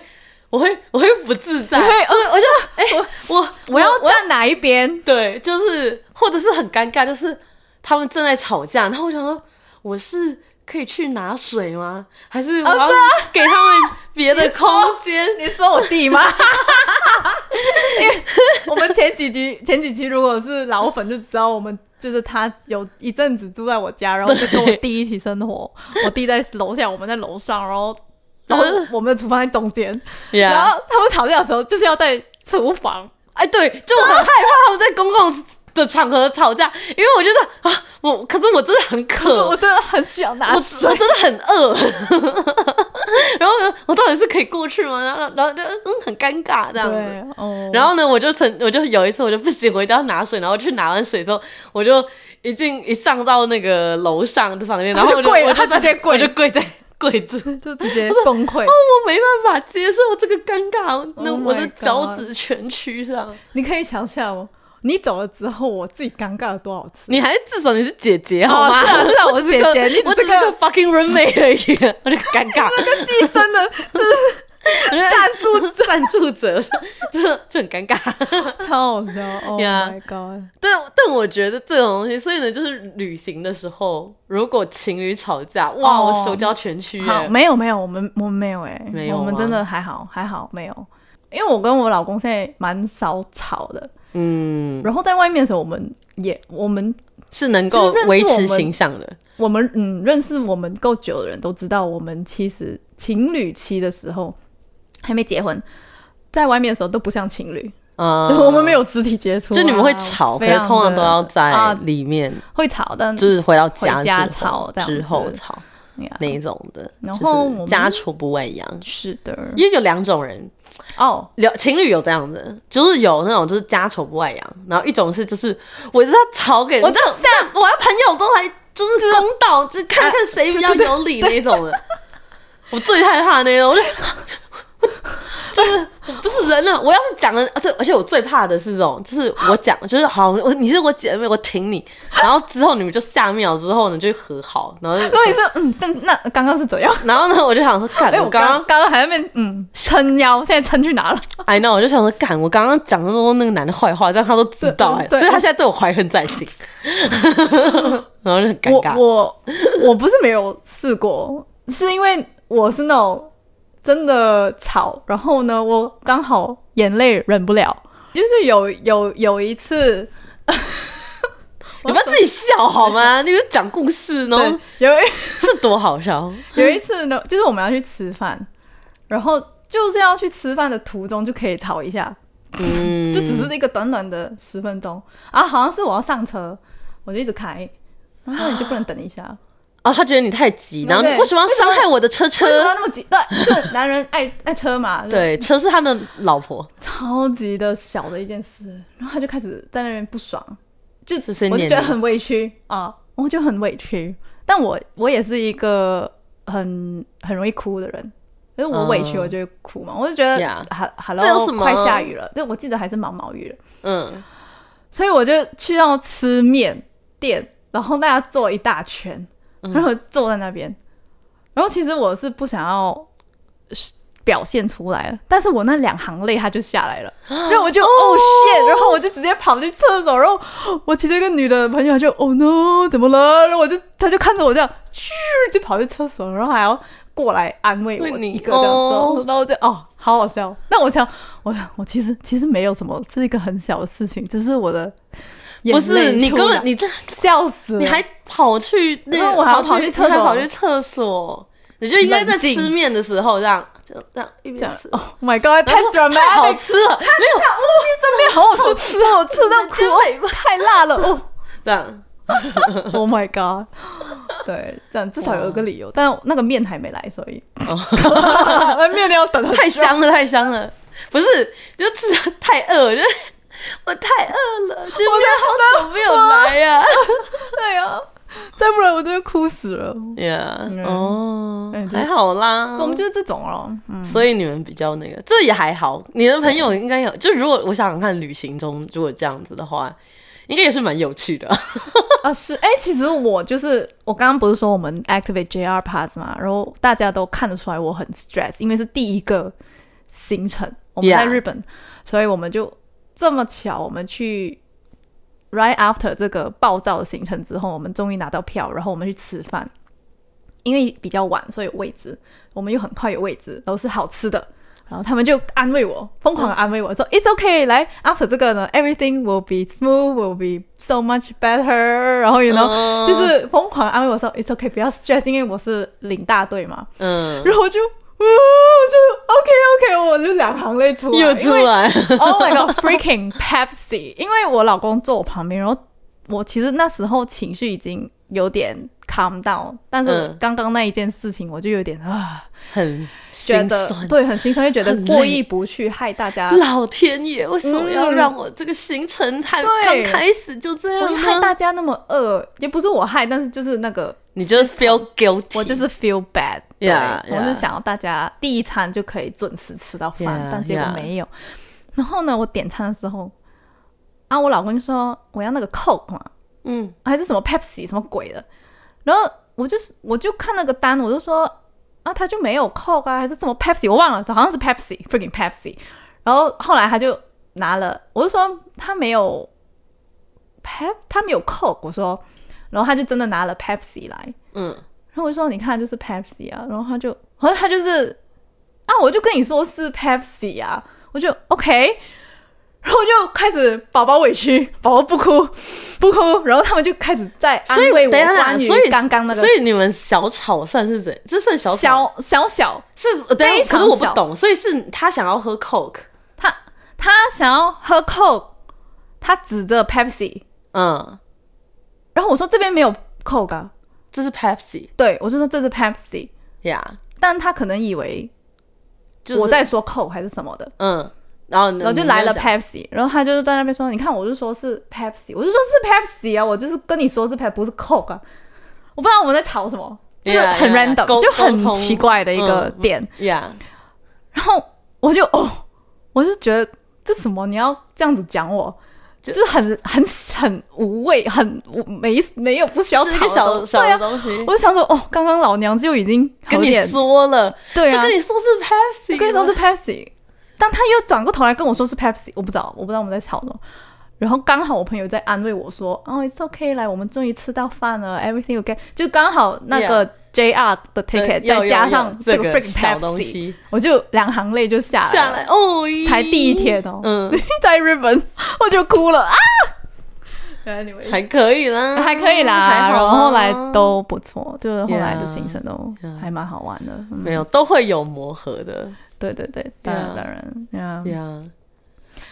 Speaker 1: 我会，我会不自在，
Speaker 2: 嗯你会
Speaker 1: 就是我就哎、我
Speaker 2: 我要
Speaker 1: 我
Speaker 2: 站哪一边？
Speaker 1: 对，就是或者是很尴尬，就是他们正在吵架，然后我想说我是。可以去拿水吗？还是我
Speaker 2: 哦
Speaker 1: 要
Speaker 2: 是
Speaker 1: 给他们别的空间？
Speaker 2: 你说我弟吗？因为我们前几集前几期如果是老粉就知道，我们就是他有一阵子住在我家，然后就跟我弟一起生活，我弟在楼下，我们在楼上，然后然后
Speaker 1: 嗯
Speaker 2: 我们的厨房在中间，
Speaker 1: 呀
Speaker 2: 然后他们吵架的时候就是要在厨房，
Speaker 1: 哎，对，就我很害怕他们在公共的场合吵架，因为我觉得啊，我可是我真的很渴，
Speaker 2: 我啊真的很想拿
Speaker 1: 我
Speaker 2: 水
Speaker 1: 我。真的很饿， 然后呢，我到底是可以过去吗？然后然后就嗯很尴尬这样子。
Speaker 2: 对，哦，
Speaker 1: 然后呢，我就曾我就有一次我就不行，我一定要拿水，然后去拿完水之后，我就一进一上到那个楼上的房间，然后我
Speaker 2: 他就跪了
Speaker 1: 我就
Speaker 2: 他直接跪
Speaker 1: 我就哦跪在跪 住，
Speaker 2: 就直接崩溃。
Speaker 1: 我没办法接受这个尴尬，那
Speaker 2: Oh my
Speaker 1: 我的脚
Speaker 2: God
Speaker 1: 趾蜷曲上。
Speaker 2: 你可以想象哦，你走了之后，我自己尴尬了多少次。
Speaker 1: 你还至少你是姐姐好吗？
Speaker 2: 哦是啊是啊我是姐姐你只是
Speaker 1: 我只是
Speaker 2: 个
Speaker 1: 个 fucking roommate 而已， 我就尴尬，
Speaker 2: 寄生的，就是
Speaker 1: 赞 助赞助者，就就很尴尬。
Speaker 2: 超好笑。Oh
Speaker 1: Yeah
Speaker 2: my god！
Speaker 1: 对， 但我觉得这种东西，所以呢，就是旅行的时候，如果情侣吵架，哇，
Speaker 2: 哦
Speaker 1: 我手脚全虚耶。
Speaker 2: 好，没有没有，我们我们没有哎、
Speaker 1: 没有
Speaker 2: 我们
Speaker 1: 吗
Speaker 2: 真的还好还好没有，因为我跟我老公现在蛮少吵的，
Speaker 1: 嗯，
Speaker 2: 然后在外面的时候，我们也我们
Speaker 1: 是能
Speaker 2: 就
Speaker 1: 够
Speaker 2: 是认识
Speaker 1: 维
Speaker 2: 我
Speaker 1: 持
Speaker 2: 们
Speaker 1: 形象的。
Speaker 2: 我们嗯认识我们够久的人都知道，我们其实情侣期的时候还没结婚，在外面的时候都不像情侣，
Speaker 1: 啊，
Speaker 2: 对我们没，有肢体接触啊、
Speaker 1: 就你们会吵，可
Speaker 2: 非
Speaker 1: 是
Speaker 2: 常的
Speaker 1: 通常都要在
Speaker 2: 啊
Speaker 1: 里面，
Speaker 2: 会吵，但
Speaker 1: 就是回到
Speaker 2: 回
Speaker 1: 之
Speaker 2: 家
Speaker 1: 后
Speaker 2: 吵这样
Speaker 1: 之后
Speaker 2: 子
Speaker 1: 吵
Speaker 2: 呀
Speaker 1: 那一种的。
Speaker 2: 然
Speaker 1: 就是
Speaker 2: 后我们
Speaker 1: 家丑不外扬，
Speaker 2: 是的
Speaker 1: 因为有两种人，
Speaker 2: 哦，
Speaker 1: 两情侣有这样的，就是有那种就是家丑不外扬，然后一种是就是我就是要吵给，
Speaker 2: 我就啊
Speaker 1: 那那我要朋友都来就是公道，就是看看谁比较有理那一种的。我最害怕那种，我就 就是我不是人了、我要是讲了，啊对，而且我最怕的是这种，就是我讲就是好，我你是我姐妹，我挺你，然后之后你们就下秒之后呢就和好，然后就
Speaker 2: 所以说嗯，但那刚刚是怎样？
Speaker 1: 然后呢我就想说，干
Speaker 2: 哎、
Speaker 1: 我
Speaker 2: 我
Speaker 1: 刚刚
Speaker 2: 刚刚刚还在那边嗯撑腰，现在撑去哪了？
Speaker 1: I know，我就想说，干，我刚刚讲那么多那个男的坏话，这样他都知道
Speaker 2: 对
Speaker 1: 哎、
Speaker 2: 嗯对
Speaker 1: 所以他现在对我怀恨在心， 然后就很尴
Speaker 2: 我
Speaker 1: 尬。
Speaker 2: 我我不是没有试过，是因为我是那种真的吵，然后呢，我刚好眼泪忍不了，就是有有有一次，
Speaker 1: 你们自己笑好吗？你们讲故事呢，
Speaker 2: 对，有一
Speaker 1: 是多好 笑
Speaker 2: 有一次呢，就是我们要去吃饭，然后就是要去吃饭的途中就可以吵一下，
Speaker 1: 嗯
Speaker 2: 就只是一个短短的十分钟啊，好像是我要上车，我就一直开，然后你就不能等一下。
Speaker 1: 啊！他觉得你太急，然后你
Speaker 2: 对
Speaker 1: 为什么要伤害我的车
Speaker 2: 为什么要
Speaker 1: 车？
Speaker 2: 那么急？对，就男人爱爱车嘛，就
Speaker 1: 对，车是他的老婆，
Speaker 2: 超级的小的一件事，然后他就开始在那边不爽，就
Speaker 1: 碎碎
Speaker 2: 我就
Speaker 1: 念
Speaker 2: 觉得
Speaker 1: 你
Speaker 2: 很委屈啊，我就很委屈。但我我也是一个很很容易哭的人，因为我委屈
Speaker 1: 嗯
Speaker 2: 我就会哭嘛，我就觉得
Speaker 1: Yeah
Speaker 2: 哈哈
Speaker 1: 这有什
Speaker 2: 喽，
Speaker 1: 么
Speaker 2: 快下雨了，对我记得还是毛毛雨了，
Speaker 1: 嗯，
Speaker 2: 所以我就去到吃面店，然后大家坐一大圈，
Speaker 1: 嗯
Speaker 2: 然后坐在那边，然后其实我是不想要是表现出来了，但是我那两行泪它就下 来了，然后我就哦 shit，然后我就直接跑去厕所，然后我其中一个女的朋友就 oh no 怎么了，然后我就她就看着我这样，咻就跑去厕所，然后还要。过来安慰我
Speaker 1: 为你
Speaker 2: 一个这样子，
Speaker 1: 哦
Speaker 2: 然后就哦，好好笑。那我想，我我其实其实没有什么，是一个很小的事情，只是我的
Speaker 1: 不
Speaker 2: 眼
Speaker 1: 是
Speaker 2: 泪
Speaker 1: 你
Speaker 2: 出
Speaker 1: 根
Speaker 2: 来
Speaker 1: 本你这
Speaker 2: 笑死了，
Speaker 1: 你还跑去那
Speaker 2: 因
Speaker 1: 个，
Speaker 2: 为我还要
Speaker 1: 跑
Speaker 2: 跑去厕所
Speaker 1: 你还跑去厕所，你就应该在
Speaker 2: 冷静
Speaker 1: 吃面的时候这样就这样一
Speaker 2: 这
Speaker 1: 边
Speaker 2: 样
Speaker 1: 吃。
Speaker 2: ，Oh my God，太
Speaker 1: 然后太好
Speaker 2: dramatic，
Speaker 1: 吃了，没有
Speaker 2: 这边好好吃，好 吃到哭，哦太辣了哦
Speaker 1: 这样。
Speaker 2: ，Oh my God，对，这样至少有一个理由，但那个面还没来，所以 那面要等很 久
Speaker 1: 哦 太，香了，太香了，不是，就吃得太 饿，就是我太饿了，这边好久没有来啊 呀、
Speaker 2: 对啊，再不然我就会哭死了。
Speaker 1: yeah, 哦
Speaker 2: 哎，就
Speaker 1: 还好啦，
Speaker 2: 嗯我们就是这种咯，嗯，
Speaker 1: 所以你们比较那个，这也还好。你的朋友应该有，就如果我想想看，旅行中如果这样子的话，应该也是蛮有趣的。
Speaker 2: 啊是，哎，其实我就是我刚刚不是说我们 activate JR pass 嘛，然后大家都看得出来我很 stress，因为是第一个行程，我们
Speaker 1: Yeah
Speaker 2: 在日本所以我们就这么巧，我们去 right after 这个暴躁的行程之后，我们终于拿到票，然后我们去吃饭，因为比较晚，所以有位置，我们又很快有位置，都是好吃的。然后他们就安慰我，疯
Speaker 1: 嗯
Speaker 2: 狂地安慰我说：“It's okay，来，after 这个呢，everything will be smooth, will be so much better。”然后 you know，、
Speaker 1: 嗯
Speaker 2: 就是疯狂地安慰我说：“It's okay，不要 stress，因为我是领大队嘛。”
Speaker 1: 嗯，
Speaker 2: 然后我就，呜、我就 OK OK，我就两行泪出来，
Speaker 1: 又
Speaker 2: 啊
Speaker 1: 出
Speaker 2: 因为
Speaker 1: 来，
Speaker 2: Oh my god, freaking Pepsi！因为我老公坐我旁边，然后我其实那时候情绪已经有点 calm down，但是
Speaker 1: 嗯
Speaker 2: 刚刚那一件事情，我就有点啊，
Speaker 1: 很
Speaker 2: 觉
Speaker 1: 心
Speaker 2: 得
Speaker 1: 酸。
Speaker 2: 对啊很心酸，就觉得
Speaker 1: 很累
Speaker 2: 过意不去，害大家，
Speaker 1: 老天爷，为什么要
Speaker 2: 嗯
Speaker 1: 让我这个行程还刚
Speaker 2: 对
Speaker 1: 开始就这
Speaker 2: 我
Speaker 1: 样
Speaker 2: 害
Speaker 1: 呢？
Speaker 2: 大家那么饿，也不是我害，但是就是那 个
Speaker 1: 你就是 feel guilty，
Speaker 2: 我就是 feel bad，对
Speaker 1: Yeah,
Speaker 2: 我就
Speaker 1: yeah.
Speaker 2: 想要大家第一餐就可以准时吃到饭
Speaker 1: Yeah,
Speaker 2: 但结果
Speaker 1: yeah.
Speaker 2: 没有。然后呢，我点餐的时候，然后我老公就说我要那个 Coke 嘛，
Speaker 1: 嗯，
Speaker 2: 还是什么 Pepsi 什么鬼的，然后我就是我就看那个单，我就说啊，他就没有 Coke 啊，还是什么 Pepsi，我忘了，好像是 Pepsi，freaking Pepsi。然后后来他就拿了，我就说他没有 Pep，他没有 Coke，我说，然后他就真的拿了 Pepsi 来，
Speaker 1: 嗯，
Speaker 2: 然后我就说你看就是 Pepsi 啊，然后他就，然后他就是啊，我就跟你说是 Pepsi 啊，我就 OK，然后我就开始宝宝委屈，宝宝不哭不哭，然后他们就开始在安
Speaker 1: 所以
Speaker 2: 慰我
Speaker 1: 等一下啦，
Speaker 2: 关于
Speaker 1: 所以
Speaker 2: 刚刚那个
Speaker 1: 所以你们小吵算是怎？这算小吵
Speaker 2: 小小小，
Speaker 1: 是等一
Speaker 2: 非
Speaker 1: 下，可
Speaker 2: 常
Speaker 1: 是我不
Speaker 2: 小
Speaker 1: 懂，所以是他想要喝 Coke，
Speaker 2: 他他想要喝 Coke，他指着 Pepsi，
Speaker 1: 嗯，
Speaker 2: 然后我说这边没有 Coke，、啊、
Speaker 1: 这是 Pepsi
Speaker 2: 对我就说这是 Pepsi，
Speaker 1: 呀、
Speaker 2: 但他可能以为
Speaker 1: 就是
Speaker 2: 我在说 Coke 还是什么的。
Speaker 1: 嗯，然后呢
Speaker 2: 然后就
Speaker 1: 你
Speaker 2: 来
Speaker 1: 没
Speaker 2: 了
Speaker 1: 有讲
Speaker 2: Pepsi，然后他就在那边说：“你看，我就说是 Pepsi，我就说是 Pepsi 啊，我就是跟你说是 Pep，不是 Coke 啊。”我不知道我们在吵什么，就是很
Speaker 1: Yeah, yeah,
Speaker 2: random，、
Speaker 1: 沟
Speaker 2: 就
Speaker 1: 沟
Speaker 2: 很
Speaker 1: 通
Speaker 2: 奇怪的一个
Speaker 1: 嗯
Speaker 2: 点。
Speaker 1: 呀
Speaker 2: 然后我就哦，我就觉得这什么你要这样子讲我，就是很很很无谓，很无没没有不需要
Speaker 1: 这是一个
Speaker 2: 吵的
Speaker 1: 小
Speaker 2: 东
Speaker 1: 小
Speaker 2: 对
Speaker 1: 的
Speaker 2: 啊，
Speaker 1: 东西，
Speaker 2: 我就想说哦，刚刚老娘就已经
Speaker 1: 跟
Speaker 2: 有
Speaker 1: 你
Speaker 2: 点
Speaker 1: 说了，
Speaker 2: 对
Speaker 1: 就
Speaker 2: 啊，
Speaker 1: 跟你说是 Pepsi，
Speaker 2: 我跟你说是
Speaker 1: 了
Speaker 2: Pepsi，但他又转过头来跟我说是 Pepsi，我不知道，我不知道我们在吵什么。然后刚好我朋友在安慰我说：“哦、i t s okay，来，我们终于吃到饭了，everything okay。”就刚好那个 JR 的
Speaker 1: 对
Speaker 2: ticket、
Speaker 1: 要
Speaker 2: 再
Speaker 1: 要
Speaker 2: 加
Speaker 1: 要
Speaker 2: 上
Speaker 1: 这
Speaker 2: 个
Speaker 1: 个
Speaker 2: freaking
Speaker 1: 小东
Speaker 2: Pepsi，
Speaker 1: 西
Speaker 2: 我就两行泪就下来了
Speaker 1: 下来哦，
Speaker 2: 才第一天哦，
Speaker 1: 嗯，
Speaker 2: 在日本我就哭了啊。Anyway，
Speaker 1: 还可以啦，
Speaker 2: 还可以啦，
Speaker 1: 还好啊
Speaker 2: 然后后来
Speaker 1: 啦
Speaker 2: 都不错，就是后来的
Speaker 1: Yeah，
Speaker 2: 行程都
Speaker 1: yeah
Speaker 2: 还蛮好玩的。嗯
Speaker 1: 没有都会有磨合的
Speaker 2: 对对对，当然
Speaker 1: Yeah
Speaker 2: 当然，Yeah，
Speaker 1: 呀。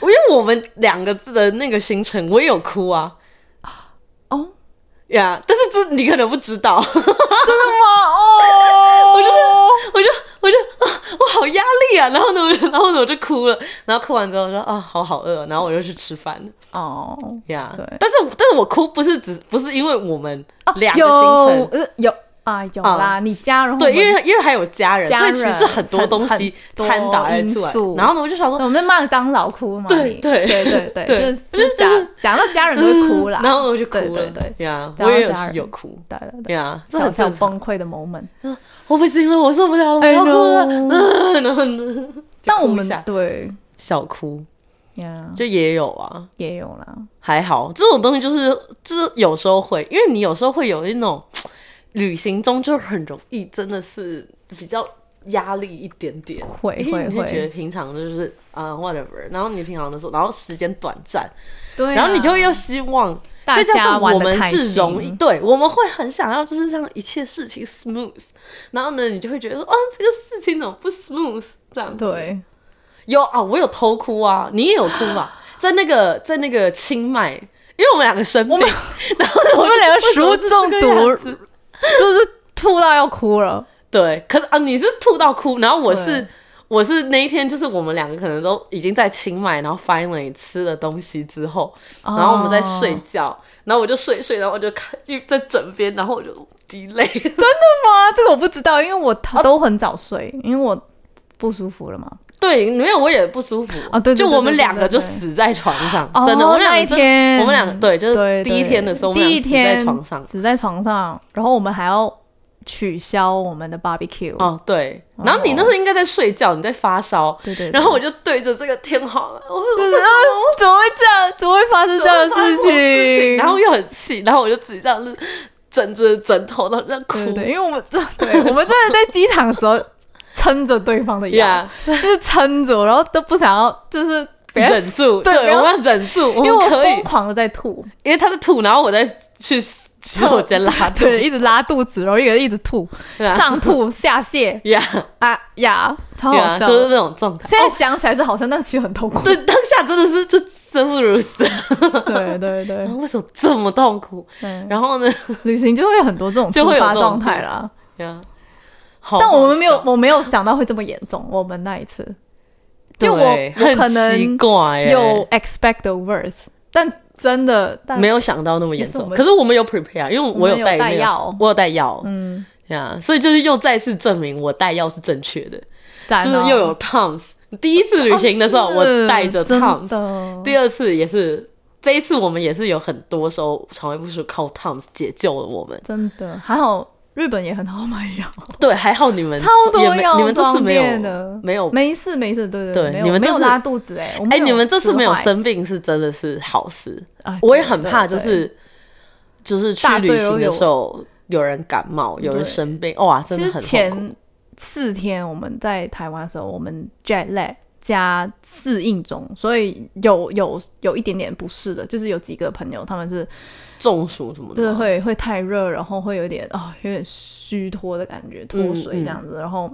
Speaker 1: 我因为我们两个字的那个行程，我也有哭啊
Speaker 2: 哦，
Speaker 1: 呀但是这你可能不知道，
Speaker 2: 真的吗？哦，我就是
Speaker 1: 我就我就啊，我好压力啊，然后呢，我就然后呢我就哭了，然后哭完之后说啊，好好饿，然后我就去吃饭了
Speaker 2: 哦，
Speaker 1: 呀。
Speaker 2: 对
Speaker 1: 但是但是我哭不是只不是因为我们两
Speaker 2: 有
Speaker 1: 个行程，
Speaker 2: 呃有啊有啦，你家然后
Speaker 1: 对，
Speaker 2: 哦我们
Speaker 1: 因为因为还有家人，
Speaker 2: 家
Speaker 1: 所以其实是
Speaker 2: 人
Speaker 1: 很多
Speaker 2: 很
Speaker 1: 东西
Speaker 2: 很多
Speaker 1: 掺杂在出
Speaker 2: 因
Speaker 1: 来
Speaker 2: 素。
Speaker 1: 然后呢，我就想说，
Speaker 2: 我们在麦当劳哭嘛，
Speaker 1: 对
Speaker 2: 你
Speaker 1: 对
Speaker 2: 对对对，
Speaker 1: 对
Speaker 2: 就是就是讲讲到家人都会哭啦，
Speaker 1: 嗯然后我就哭了，
Speaker 2: 对对对
Speaker 1: 呀，
Speaker 2: 讲
Speaker 1: 我
Speaker 2: 到
Speaker 1: 也有
Speaker 2: 家人
Speaker 1: 有哭，
Speaker 2: 对对对，
Speaker 1: 呀，这
Speaker 2: 小
Speaker 1: 很
Speaker 2: 小
Speaker 1: 正常。
Speaker 2: 崩溃的 moment。
Speaker 1: 我不行了，我受不了了，我
Speaker 2: I
Speaker 1: 要哭了，
Speaker 2: know
Speaker 1: 嗯，然后呢，
Speaker 2: 但我
Speaker 1: 就哭一
Speaker 2: 们
Speaker 1: 下
Speaker 2: 对
Speaker 1: 小哭
Speaker 2: 呀
Speaker 1: 就也有啊，
Speaker 2: 也有啦，
Speaker 1: 还好，这种东西就是就是有时候会，因为你有时候会有一种旅行中就很容易真的是比较压力一点点，
Speaker 2: 会
Speaker 1: 因为
Speaker 2: 会
Speaker 1: 你会觉得
Speaker 2: 会，
Speaker 1: 平常就是啊、whatever，然后你平常的时候，然后时间短暂，
Speaker 2: 对啊，
Speaker 1: 然后你就又希望，
Speaker 2: 大
Speaker 1: 再加
Speaker 2: 家
Speaker 1: 上
Speaker 2: 玩
Speaker 1: 我
Speaker 2: 的
Speaker 1: 们
Speaker 2: 开
Speaker 1: 是容易，
Speaker 2: 心，
Speaker 1: 对，我们会很想要就是让一切事情 smooth，然后呢，你就会觉得说，哦，这个事情怎么不 smooth 这样子？
Speaker 2: 对，
Speaker 1: 有啊，我有偷哭啊，你也有哭 吧？在那个在那个清迈，因为我们两个生病， 然后呢
Speaker 2: 我们两个食物
Speaker 1: 就说
Speaker 2: 中
Speaker 1: 为什么是这个
Speaker 2: 毒
Speaker 1: 样，子
Speaker 2: 就是吐到要哭了。
Speaker 1: 对，可是啊，你是吐到哭，然后我是
Speaker 2: 对
Speaker 1: 我是那一天就是我们两个可能都已经在清迈，然后 finally 吃了东西之后，然后我们在睡
Speaker 2: 哦
Speaker 1: 觉，然后我就睡一睡，然后我就看就在枕边，然后我就滴 泪。
Speaker 2: 吗？这个我不知道，因为我都很早睡，因为我不舒服了嘛。
Speaker 1: 对，没有我也不舒服
Speaker 2: 哦对对
Speaker 1: 就
Speaker 2: 对
Speaker 1: 我们
Speaker 2: 对
Speaker 1: 两个就
Speaker 2: 对对
Speaker 1: 死在床上，
Speaker 2: 哦
Speaker 1: 真的，我们
Speaker 2: 那
Speaker 1: 两
Speaker 2: 一
Speaker 1: 个真
Speaker 2: 天
Speaker 1: 我们两个对，就是
Speaker 2: 对，
Speaker 1: 第一
Speaker 2: 对
Speaker 1: 天的时候，我们
Speaker 2: 第一
Speaker 1: 俩死
Speaker 2: 天
Speaker 1: 在床上。
Speaker 2: 死在床上，然后我们还要取消我们的 barbecue。
Speaker 1: 哦，对，然后你那时候应该在睡觉，你在发烧，
Speaker 2: 对对对
Speaker 1: 然后我就对着这个天花板，我
Speaker 2: 就
Speaker 1: 我
Speaker 2: 是啊，怎么会这样？怎么会发生这样的事情？
Speaker 1: 然后又很气，然后我就自己这样子枕着枕头，然后这样哭
Speaker 2: 对，对，因为我们真对，我们真的在机场的时候撑着对方的腰
Speaker 1: 呀，
Speaker 2: 就是撑着，然后都不想要，就是不要
Speaker 1: 忍住，
Speaker 2: 对
Speaker 1: 对，
Speaker 2: 不要
Speaker 1: 我们要忍住，我
Speaker 2: 因为我
Speaker 1: 们可以，
Speaker 2: 疯狂的在吐，
Speaker 1: 因为他在吐，然后我再去洗手间拉 肚，
Speaker 2: 对，一直拉肚子，然后一个一直吐，
Speaker 1: 对啊
Speaker 2: 上吐下泻
Speaker 1: 呀
Speaker 2: 啊呀，超好
Speaker 1: 呀，
Speaker 2: 笑
Speaker 1: 就是
Speaker 2: 的。
Speaker 1: 那种状态。哦
Speaker 2: 现在想起来是好像，但是其实很痛苦。
Speaker 1: 对，当下真的是就生不如死，
Speaker 2: 对对对
Speaker 1: 然后为什么这么痛苦？
Speaker 2: 对，
Speaker 1: 然后呢，
Speaker 2: 旅行就会有很多这种
Speaker 1: 嗯就
Speaker 2: 突
Speaker 1: 会有
Speaker 2: 发
Speaker 1: 这种
Speaker 2: 状态啦。
Speaker 1: 呀，
Speaker 2: 但
Speaker 1: 但
Speaker 2: 我们没有，我没有想到会这么严重。我们那一次，就我
Speaker 1: 对
Speaker 2: 我可
Speaker 1: 很奇
Speaker 2: 能
Speaker 1: 怪耶，
Speaker 2: 有 expect the worst，但真的但
Speaker 1: 没
Speaker 2: 有，
Speaker 1: 有想到那么严
Speaker 2: 也是我
Speaker 1: 重，
Speaker 2: 们
Speaker 1: 可是我们有 prepare，因为
Speaker 2: 我们
Speaker 1: 有
Speaker 2: 有
Speaker 1: 带
Speaker 2: 带
Speaker 1: 那个
Speaker 2: 药
Speaker 1: 我有带药，
Speaker 2: 嗯，
Speaker 1: 呀、所以就是又再次证明我带药是正确的，
Speaker 2: 赞
Speaker 1: 就是
Speaker 2: 哦
Speaker 1: 又有 Toms。第一次旅行的时候，
Speaker 2: 哦
Speaker 1: 我带着
Speaker 2: 是真
Speaker 1: Toms，、
Speaker 2: 的
Speaker 1: 第二次也是这一次我们也是有很多时候肠胃不舒服靠 Tom's 解救了我们。
Speaker 2: 真的还好，日本也很好买 药，
Speaker 1: 对，还好你们
Speaker 2: 超多
Speaker 1: 也没
Speaker 2: 药
Speaker 1: 你们这次
Speaker 2: 妆
Speaker 1: 没
Speaker 2: 店
Speaker 1: 有
Speaker 2: 的，
Speaker 1: 没有
Speaker 2: 没事没事，对
Speaker 1: 对
Speaker 2: 没有
Speaker 1: 你们
Speaker 2: 没
Speaker 1: 这
Speaker 2: 有
Speaker 1: 次
Speaker 2: 拉肚子哎，我
Speaker 1: 哎、你们这次没有
Speaker 2: 吃坏，
Speaker 1: 生病是真的是好事。
Speaker 2: 哎
Speaker 1: 我也
Speaker 2: 对
Speaker 1: 很
Speaker 2: 对
Speaker 1: 怕，就
Speaker 2: 对
Speaker 1: 是就是去
Speaker 2: 大
Speaker 1: 旅
Speaker 2: 队
Speaker 1: 行
Speaker 2: 都
Speaker 1: 的
Speaker 2: 有
Speaker 1: 时候有人感冒，有人
Speaker 2: 对
Speaker 1: 生病，哇，真
Speaker 2: 其
Speaker 1: 的
Speaker 2: 实
Speaker 1: 很痛苦
Speaker 2: 前四天我们在台湾的时候，我们 jet lag 加适应中，所以有有有一点点不适的，就是有几个朋友他们是
Speaker 1: 中暑什么的
Speaker 2: 对
Speaker 1: 吗。
Speaker 2: 会会太热，然后会有点哦有点虚脱的感觉，脱
Speaker 1: 嗯
Speaker 2: 水这样子，然后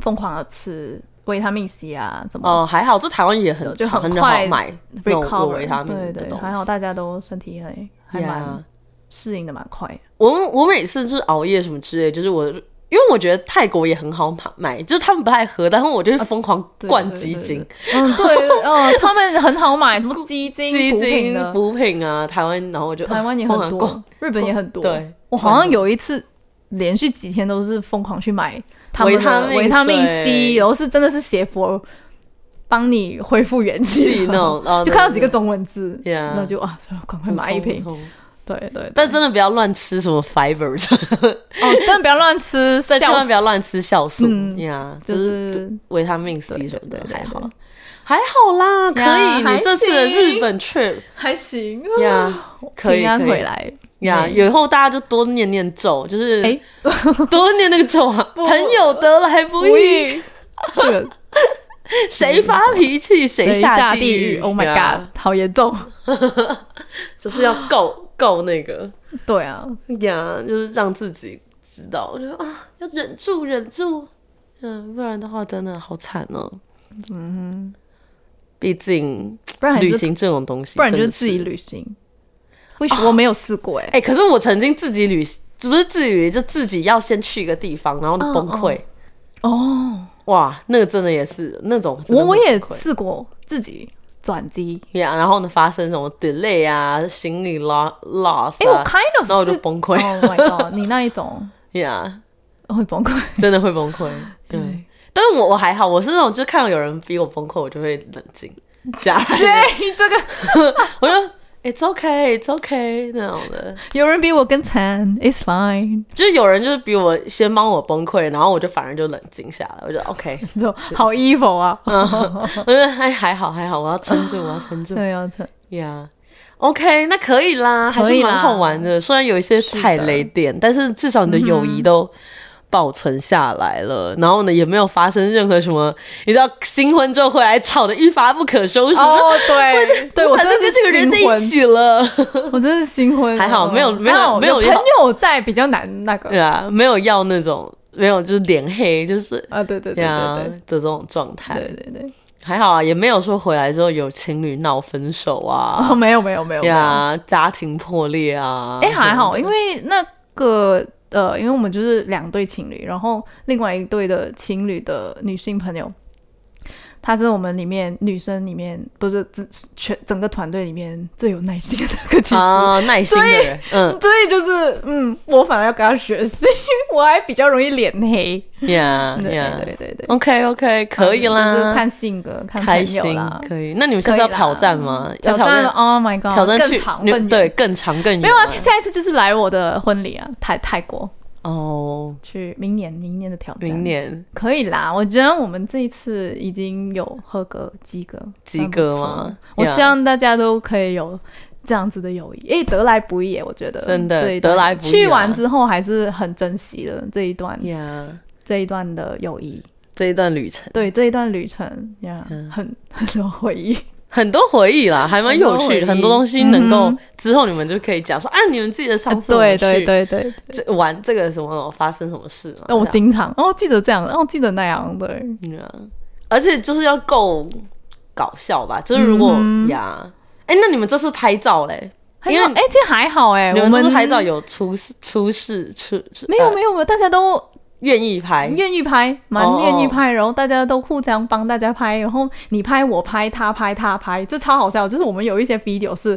Speaker 2: 疯狂的吃维他命 C 啊什么
Speaker 1: 哦、还好，这台湾也很
Speaker 2: 就
Speaker 1: 常
Speaker 2: 很
Speaker 1: 很好
Speaker 2: 快
Speaker 1: 买那种有
Speaker 2: recover，
Speaker 1: 维他命
Speaker 2: 对
Speaker 1: 的
Speaker 2: 对，
Speaker 1: 东西。
Speaker 2: 还好大家都身体还还
Speaker 1: Yeah
Speaker 2: 蛮适应的蛮快的。
Speaker 1: 我我每次就是熬夜什么之类，就是我因为我觉得泰国也很好买，买就是他们不爱喝，但是我就是疯狂
Speaker 2: 对
Speaker 1: 灌
Speaker 2: 对
Speaker 1: 鸡
Speaker 2: 对
Speaker 1: 精、
Speaker 2: 嗯，对对，哦，他们很好买，什么鸡精、
Speaker 1: 鸡
Speaker 2: 补品
Speaker 1: 精
Speaker 2: 的，
Speaker 1: 补品啊，台湾然后我就
Speaker 2: 台湾也
Speaker 1: 疯
Speaker 2: 很
Speaker 1: 狂灌
Speaker 2: 多，啊日本也很多。
Speaker 1: 对
Speaker 2: 我好像有一次连续几天都是疯狂去买他们
Speaker 1: 维他
Speaker 2: 的
Speaker 1: 命
Speaker 2: 维他命
Speaker 1: 水
Speaker 2: C，然后是真的是写佛帮你恢复元
Speaker 1: 剂
Speaker 2: 气
Speaker 1: 那种，
Speaker 2: 就看到几个中文字，
Speaker 1: Yeah
Speaker 2: 然后就啊，算了赶快
Speaker 1: 很
Speaker 2: 买一瓶。
Speaker 1: 冲。冲
Speaker 2: 对对对，
Speaker 1: 但真的不要乱吃什么 fiber，
Speaker 2: 哦，但不要乱吃，
Speaker 1: 但千
Speaker 2: 笑
Speaker 1: 万
Speaker 2: 死
Speaker 1: 不要乱吃酵素
Speaker 2: 嗯
Speaker 1: 呀，
Speaker 2: 就
Speaker 1: 就是
Speaker 2: 是
Speaker 1: 维他命 C
Speaker 2: 对
Speaker 1: 什么的
Speaker 2: 对对
Speaker 1: 还好
Speaker 2: 对，
Speaker 1: 还好啦，可
Speaker 2: 呀
Speaker 1: 以。
Speaker 2: 还
Speaker 1: 你这次的
Speaker 2: 行
Speaker 1: 日本 trip
Speaker 2: 还行，
Speaker 1: 呀，可 以
Speaker 2: 平安
Speaker 1: 可以
Speaker 2: 回来
Speaker 1: 呀，
Speaker 2: 对
Speaker 1: 以后大家就多念念咒，就是
Speaker 2: 哎，
Speaker 1: 多念那个咒啊，
Speaker 2: 不
Speaker 1: 朋友得来不
Speaker 2: 无
Speaker 1: 易，
Speaker 2: 语，这个
Speaker 1: 谁发脾气谁
Speaker 2: 下
Speaker 1: 地
Speaker 2: 狱？Oh my
Speaker 1: 呀
Speaker 2: god，好严重！
Speaker 1: 就是要够够那个
Speaker 2: 对啊，
Speaker 1: 呀，就是让自己知道，我觉得啊，要忍住忍住，嗯，不然的话真的好惨哦。嗯，毕竟
Speaker 2: 不然还
Speaker 1: 旅
Speaker 2: 是
Speaker 1: 行这种东西，
Speaker 2: 不然你就
Speaker 1: 真的
Speaker 2: 自己
Speaker 1: 是。哦
Speaker 2: 旅行。which 我没有试过哎、
Speaker 1: 哎、可是我曾经自己旅，不是自己旅，就自己要先去一个地方，然后你
Speaker 2: 嗯
Speaker 1: 崩溃。
Speaker 2: 哦，
Speaker 1: 哇，那个真的也是那种真的
Speaker 2: 我
Speaker 1: 很
Speaker 2: 我也
Speaker 1: 崩溃
Speaker 2: 试过自己转机，
Speaker 1: 呀然后呢发生什么 delay 啊，行李 lo- loss
Speaker 2: 哎、
Speaker 1: 啊
Speaker 2: 我，kind of
Speaker 1: 然后我就是崩溃
Speaker 2: Oh my god，你那一 种
Speaker 1: 呀
Speaker 2: 会崩 溃，
Speaker 1: 真的会崩溃。对，但是我我还好，我是那种就看到有人逼我崩溃，我就会冷静下来，
Speaker 2: 对， 这个
Speaker 1: 我就 It's okay, It's okay 那种的，
Speaker 2: 有人比我更惨，It's fine，
Speaker 1: 就是有人就是比我先帮我崩溃，然后我就反而就冷静下来，我就 OK，
Speaker 2: 这种好 evil 啊，
Speaker 1: 嗯我觉得哎还好还好，我要撑住，我要撑住
Speaker 2: 对啊，这
Speaker 1: 呀。OK，那可以啦，还
Speaker 2: 可
Speaker 1: 是
Speaker 2: 以啦
Speaker 1: 蛮好玩的。虽然有一些踩雷点，但是至少你的友
Speaker 2: 嗯
Speaker 1: 谊都保存下来了。然后呢，也没有发生任何什么，你知道新婚之后回来吵得一发不可收拾。
Speaker 2: 哦，对，对我
Speaker 1: 反
Speaker 2: 真
Speaker 1: 正
Speaker 2: 的
Speaker 1: 跟这个
Speaker 2: 是
Speaker 1: 人在
Speaker 2: 新
Speaker 1: 一
Speaker 2: 婚，
Speaker 1: 起了，
Speaker 2: 我真的是新婚，
Speaker 1: 还好没有没有
Speaker 2: 还好
Speaker 1: 没有
Speaker 2: 有
Speaker 1: 要
Speaker 2: 朋友在比较难那
Speaker 1: 对
Speaker 2: 个，
Speaker 1: 啊，没有要那种没有就是脸黑，就是
Speaker 2: 啊，对对对
Speaker 1: 呀
Speaker 2: 对
Speaker 1: 的这种状态，
Speaker 2: 对对对对，
Speaker 1: 还好啊，也没有说回来之后有情侣闹分手
Speaker 2: 哦，
Speaker 1: 啊，
Speaker 2: 没有没有没有，没有
Speaker 1: 呀，家庭破裂啊，
Speaker 2: 哎、还好，因为那个呃，因为我们就是两对情侣，然后另外一对的情侣的女性朋友，她是我们里面女生里面不是整全整个团队里面最有耐心的那个其实。
Speaker 1: 啊，耐心的人，嗯
Speaker 2: 所以就是，嗯，我反而要跟她学习，我还比较容易脸黑。
Speaker 1: 呀
Speaker 2: 对
Speaker 1: 啊呀
Speaker 2: 对对对，
Speaker 1: ，OK OK，可以
Speaker 2: 就是
Speaker 1: 啦，
Speaker 2: 看性格，看
Speaker 1: 开
Speaker 2: 朋
Speaker 1: 心
Speaker 2: 友啦。
Speaker 1: 可以。那你们下次要
Speaker 2: 可以啦
Speaker 1: 挑战吗？要
Speaker 2: 战，Oh my God，
Speaker 1: 挑战
Speaker 2: 更
Speaker 1: 去
Speaker 2: 长
Speaker 1: 你
Speaker 2: 更远。
Speaker 1: 对，更长更远。
Speaker 2: 没有啊，下一次就是来我的婚礼啊，泰泰国
Speaker 1: 哦，
Speaker 2: 去，明年明年的挑战。
Speaker 1: 明年
Speaker 2: 可以啦，我觉得我们这一次已经有合格及格，
Speaker 1: 及格
Speaker 2: 算不错
Speaker 1: 吗
Speaker 2: 我
Speaker 1: Yeah
Speaker 2: 希望大家都可以有这样子的友谊，诶，得来不易耶，我觉得
Speaker 1: 真的
Speaker 2: 这一段
Speaker 1: 得来不易啊
Speaker 2: 去完之后还是很珍惜的这一段
Speaker 1: 呀，
Speaker 2: 这一段的友谊，
Speaker 1: 这一段旅程
Speaker 2: 对这一段旅程呀
Speaker 1: 嗯
Speaker 2: 很 很多回忆。
Speaker 1: 很多回忆啦，还蛮有趣的，很
Speaker 2: 很多回忆
Speaker 1: 多东西能够
Speaker 2: 嗯
Speaker 1: 之后你们就可以讲说啊，你们记得上次我
Speaker 2: 对
Speaker 1: 们
Speaker 2: 对
Speaker 1: 去
Speaker 2: 对对，
Speaker 1: 这玩这个什么发生什么事啊嘛？
Speaker 2: 那我
Speaker 1: 这样
Speaker 2: 经常哦记得这样，哦记得那样，对，
Speaker 1: 嗯啊而且就是要够搞笑吧，就是如果
Speaker 2: 嗯
Speaker 1: 呀，哎，那你们这次拍照嘞？因
Speaker 2: 因
Speaker 1: 为
Speaker 2: 为诶，其实还好诶，
Speaker 1: 你
Speaker 2: 哎我
Speaker 1: 们这
Speaker 2: 们
Speaker 1: 次拍照有出事出事出出
Speaker 2: 没有
Speaker 1: 呃
Speaker 2: 没有没有，大家都
Speaker 1: 愿意拍
Speaker 2: 愿意拍，蛮
Speaker 1: 哦
Speaker 2: 愿意拍，然后大家都互相帮大家拍，然后你拍我拍他拍他拍，这超好笑。就是我们有一些 video 是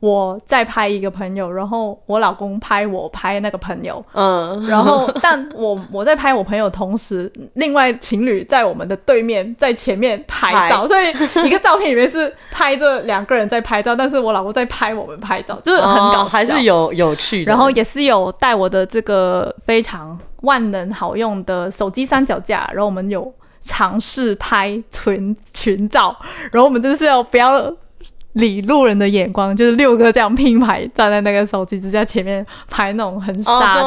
Speaker 2: 我再拍一个朋友，然后我老公拍我拍那个朋 友，
Speaker 1: 嗯，
Speaker 2: 然后但我我在拍我朋友，同时另外情侣在我们的对面，在前面拍照，所以一个照片里面是拍着两个人在拍照，但是我老公在拍我们拍照，就是很搞笑，
Speaker 1: 哦还是有有趣的。
Speaker 2: 然后也是有带我的这个非常万能好用的手机三脚架，然后我们有尝试拍群群照，然后我们真的是要不要理路人的眼光，就是六个这样并排站在那个手机支架前面拍那种很傻的、
Speaker 1: 哦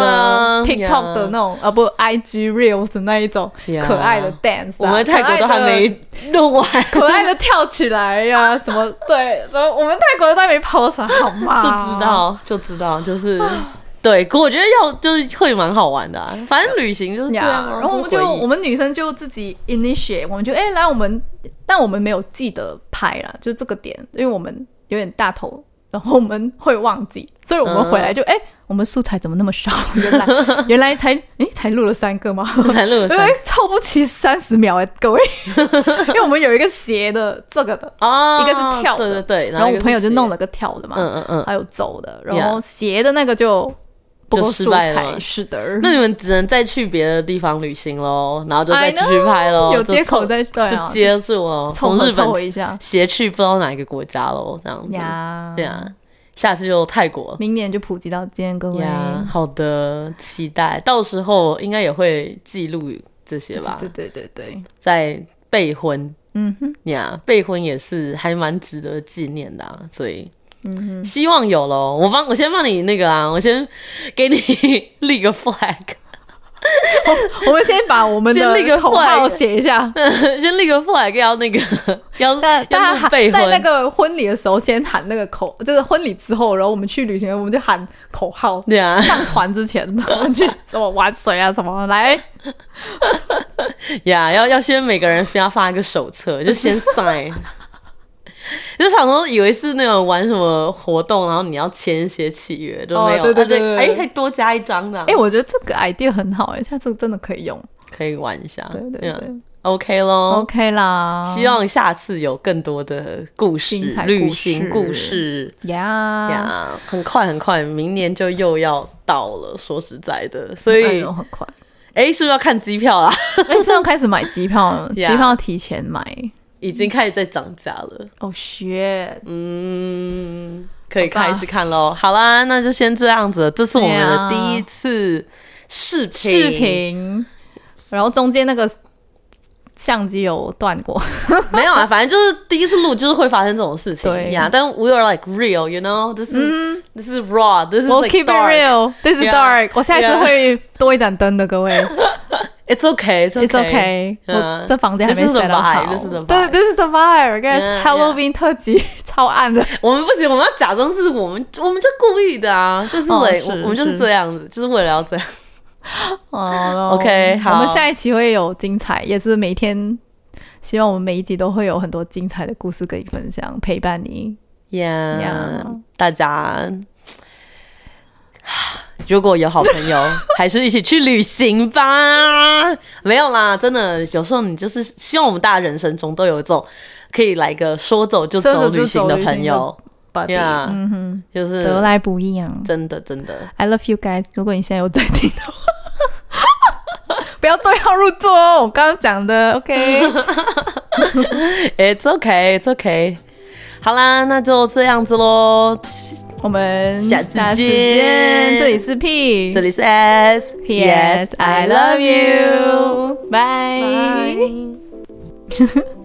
Speaker 1: 对啊
Speaker 2: TikTok 的那种，呃、不 IG Reels 的那一种
Speaker 1: Yeah
Speaker 2: 可爱的 dance，、啊、
Speaker 1: 我们泰国都还
Speaker 2: 可爱的
Speaker 1: 没弄完，
Speaker 2: 可爱的跳起来呀、什么对，然后我们泰国都还没 post 啊好吗？
Speaker 1: 不知道
Speaker 2: 啊
Speaker 1: 就知道，就是对。可我觉得要就是会蛮好玩的啊、反正旅行就是这样、
Speaker 2: 呀，
Speaker 1: 啊。
Speaker 2: 然后我们就
Speaker 1: 回忆
Speaker 2: 我们女生就自己 initiate，我们就哎、来我们，但我们没有记得拍啦，就这个点，因为我们有点大头，然后我们会忘记，所以我们
Speaker 1: 嗯
Speaker 2: 回来就哎、我们素材怎么那么 少？原来原来才哎才录了三个吗？
Speaker 1: 才录了
Speaker 2: 因
Speaker 1: 三
Speaker 2: 为凑不齐三十秒哎、各位， 因为我们有一个斜的这个的，
Speaker 1: 啊，
Speaker 2: 一个是跳的
Speaker 1: 对对对，
Speaker 2: 然后
Speaker 1: 一
Speaker 2: 我
Speaker 1: 个是
Speaker 2: 朋友就弄
Speaker 1: 斜
Speaker 2: 了个跳的嘛，
Speaker 1: 的，嗯嗯嗯。
Speaker 2: 还有走的，然后斜的那个就不够
Speaker 1: 就失
Speaker 2: 素
Speaker 1: 败了
Speaker 2: 材，
Speaker 1: 嘛
Speaker 2: 是的。
Speaker 1: 那你们只能再去别的地方旅行喽，然后就再
Speaker 2: I
Speaker 1: 继续拍喽，
Speaker 2: 有
Speaker 1: 哦就
Speaker 2: 接口
Speaker 1: 凑
Speaker 2: 再对啊
Speaker 1: 就，接住喽，
Speaker 2: 凑
Speaker 1: 从
Speaker 2: 合
Speaker 1: 日
Speaker 2: 凑合
Speaker 1: 本
Speaker 2: 一下
Speaker 1: 斜去不知道哪一个国家喽，这样子。
Speaker 2: 呀，
Speaker 1: 对啊，下次就泰国。
Speaker 2: 明年就普及到今天各位。
Speaker 1: 呀，好的，期待到时候应该也会记录这些吧，
Speaker 2: 对对对对，
Speaker 1: 在备婚
Speaker 2: 嗯哼，
Speaker 1: 呀备婚也是还蛮值得纪念的、啊，所以。嗯，希望有喽。我帮我先帮你那个啊，我先给你立个 flag，
Speaker 2: 我们先把我们
Speaker 1: 先
Speaker 2: 的
Speaker 1: 立个
Speaker 2: 口
Speaker 1: flag
Speaker 2: 号写一下。
Speaker 1: 先立个 flag 要那个要
Speaker 2: 大
Speaker 1: 要
Speaker 2: 大家
Speaker 1: 录
Speaker 2: 喊
Speaker 1: 备
Speaker 2: 在
Speaker 1: 婚
Speaker 2: 那个婚礼的时候，先喊那个口，就是婚礼之后，然后我们去旅行，我们就喊口号。
Speaker 1: 对啊
Speaker 2: 上船之前，我们去 什么玩水啊什么来，
Speaker 1: 呀要要先每个人先要发一个手册，就先 sign。就想说以为是那种玩什么活动，然后你要签一些契约，就
Speaker 2: 哦
Speaker 1: 没有，
Speaker 2: 对对
Speaker 1: 啊就
Speaker 2: 对对
Speaker 1: 哎、
Speaker 2: 对
Speaker 1: 可以多加一张的、
Speaker 2: 哎，我觉得这个 idea 很好，哎，下次真的可以用。
Speaker 1: 可以玩一下，
Speaker 2: 对对
Speaker 1: 呀
Speaker 2: 对
Speaker 1: OK 咯。
Speaker 2: ，OK 啦，
Speaker 1: 希望下次有更多的故事、
Speaker 2: 精彩故事啊
Speaker 1: 旅行故事
Speaker 2: 呀，
Speaker 1: 呀。很快很快，明年就又要到了。说实在的，所以
Speaker 2: 哎呦很快，
Speaker 1: 哎、是不是要看机票啊啦？
Speaker 2: 哎，现在开始买机票 了，机
Speaker 1: Yeah
Speaker 2: 票提前买。
Speaker 1: 已经开始在涨价了。
Speaker 2: 哦，学
Speaker 1: 嗯，可以
Speaker 2: 好吧
Speaker 1: 开始看喽。好啦，那就先这样子，这是我们的
Speaker 2: 对啊
Speaker 1: 第一次视频。
Speaker 2: 视频，然后中间那个相机有断过，
Speaker 1: 没有啊， 反正就是第一次录，就是会发生这种事情
Speaker 2: 对
Speaker 1: 呀。但 we are like real, you know, this is、this is raw, this is
Speaker 2: 我
Speaker 1: like
Speaker 2: keep it
Speaker 1: dark.
Speaker 2: real，this is
Speaker 1: Yeah.
Speaker 2: dark，我下一次
Speaker 1: Yeah.
Speaker 2: 会多一盏灯的，各位
Speaker 1: It's okay, it's okay.
Speaker 2: ，it's okay，我
Speaker 1: Yeah.
Speaker 2: 这房间还没
Speaker 1: This is a
Speaker 2: set up
Speaker 1: vibe,
Speaker 2: 好
Speaker 1: this is a vibe.
Speaker 2: 对，this is the
Speaker 1: Yeah,
Speaker 2: vibe，guys
Speaker 1: yeah.
Speaker 2: Halloween 特辑 超暗 的，
Speaker 1: 我们不行，我们要假装是我们，我们就故意的啊，就是
Speaker 2: 哦
Speaker 1: like
Speaker 2: 是
Speaker 1: 我我们就是
Speaker 2: 是
Speaker 1: 这样子，就是为了要这样。
Speaker 2: 哦
Speaker 1: OK，好
Speaker 2: 我们下一期会有精彩，也是每天。希望我们每一集都会有很多精彩的故事跟你分享，陪伴你。
Speaker 1: 呀
Speaker 2: Yeah
Speaker 1: 大家如果有好 朋友，还是一起去旅行吧。没有啦，真的，有时候你就是希望我们大家人生中都有一种可以来个说走就
Speaker 2: 说走
Speaker 1: 走
Speaker 2: 就
Speaker 1: 旅行的
Speaker 2: 走
Speaker 1: 朋友，
Speaker 2: Buddy，
Speaker 1: Yeah
Speaker 2: 嗯哼，
Speaker 1: 就
Speaker 2: 得
Speaker 1: 是
Speaker 2: 来不易啊。
Speaker 1: 真的真的。
Speaker 2: I love you guys。如果你现在有在听的话， 不要对号入座哦。我刚刚讲的，OK，
Speaker 1: It's okay, it's okay。好啦，那就这样子喽。
Speaker 2: 我们
Speaker 1: 下次
Speaker 2: 次
Speaker 1: 见
Speaker 2: 见。这里是 P，
Speaker 1: 这里是 S
Speaker 2: P.S. I love you。拜。
Speaker 1: Bye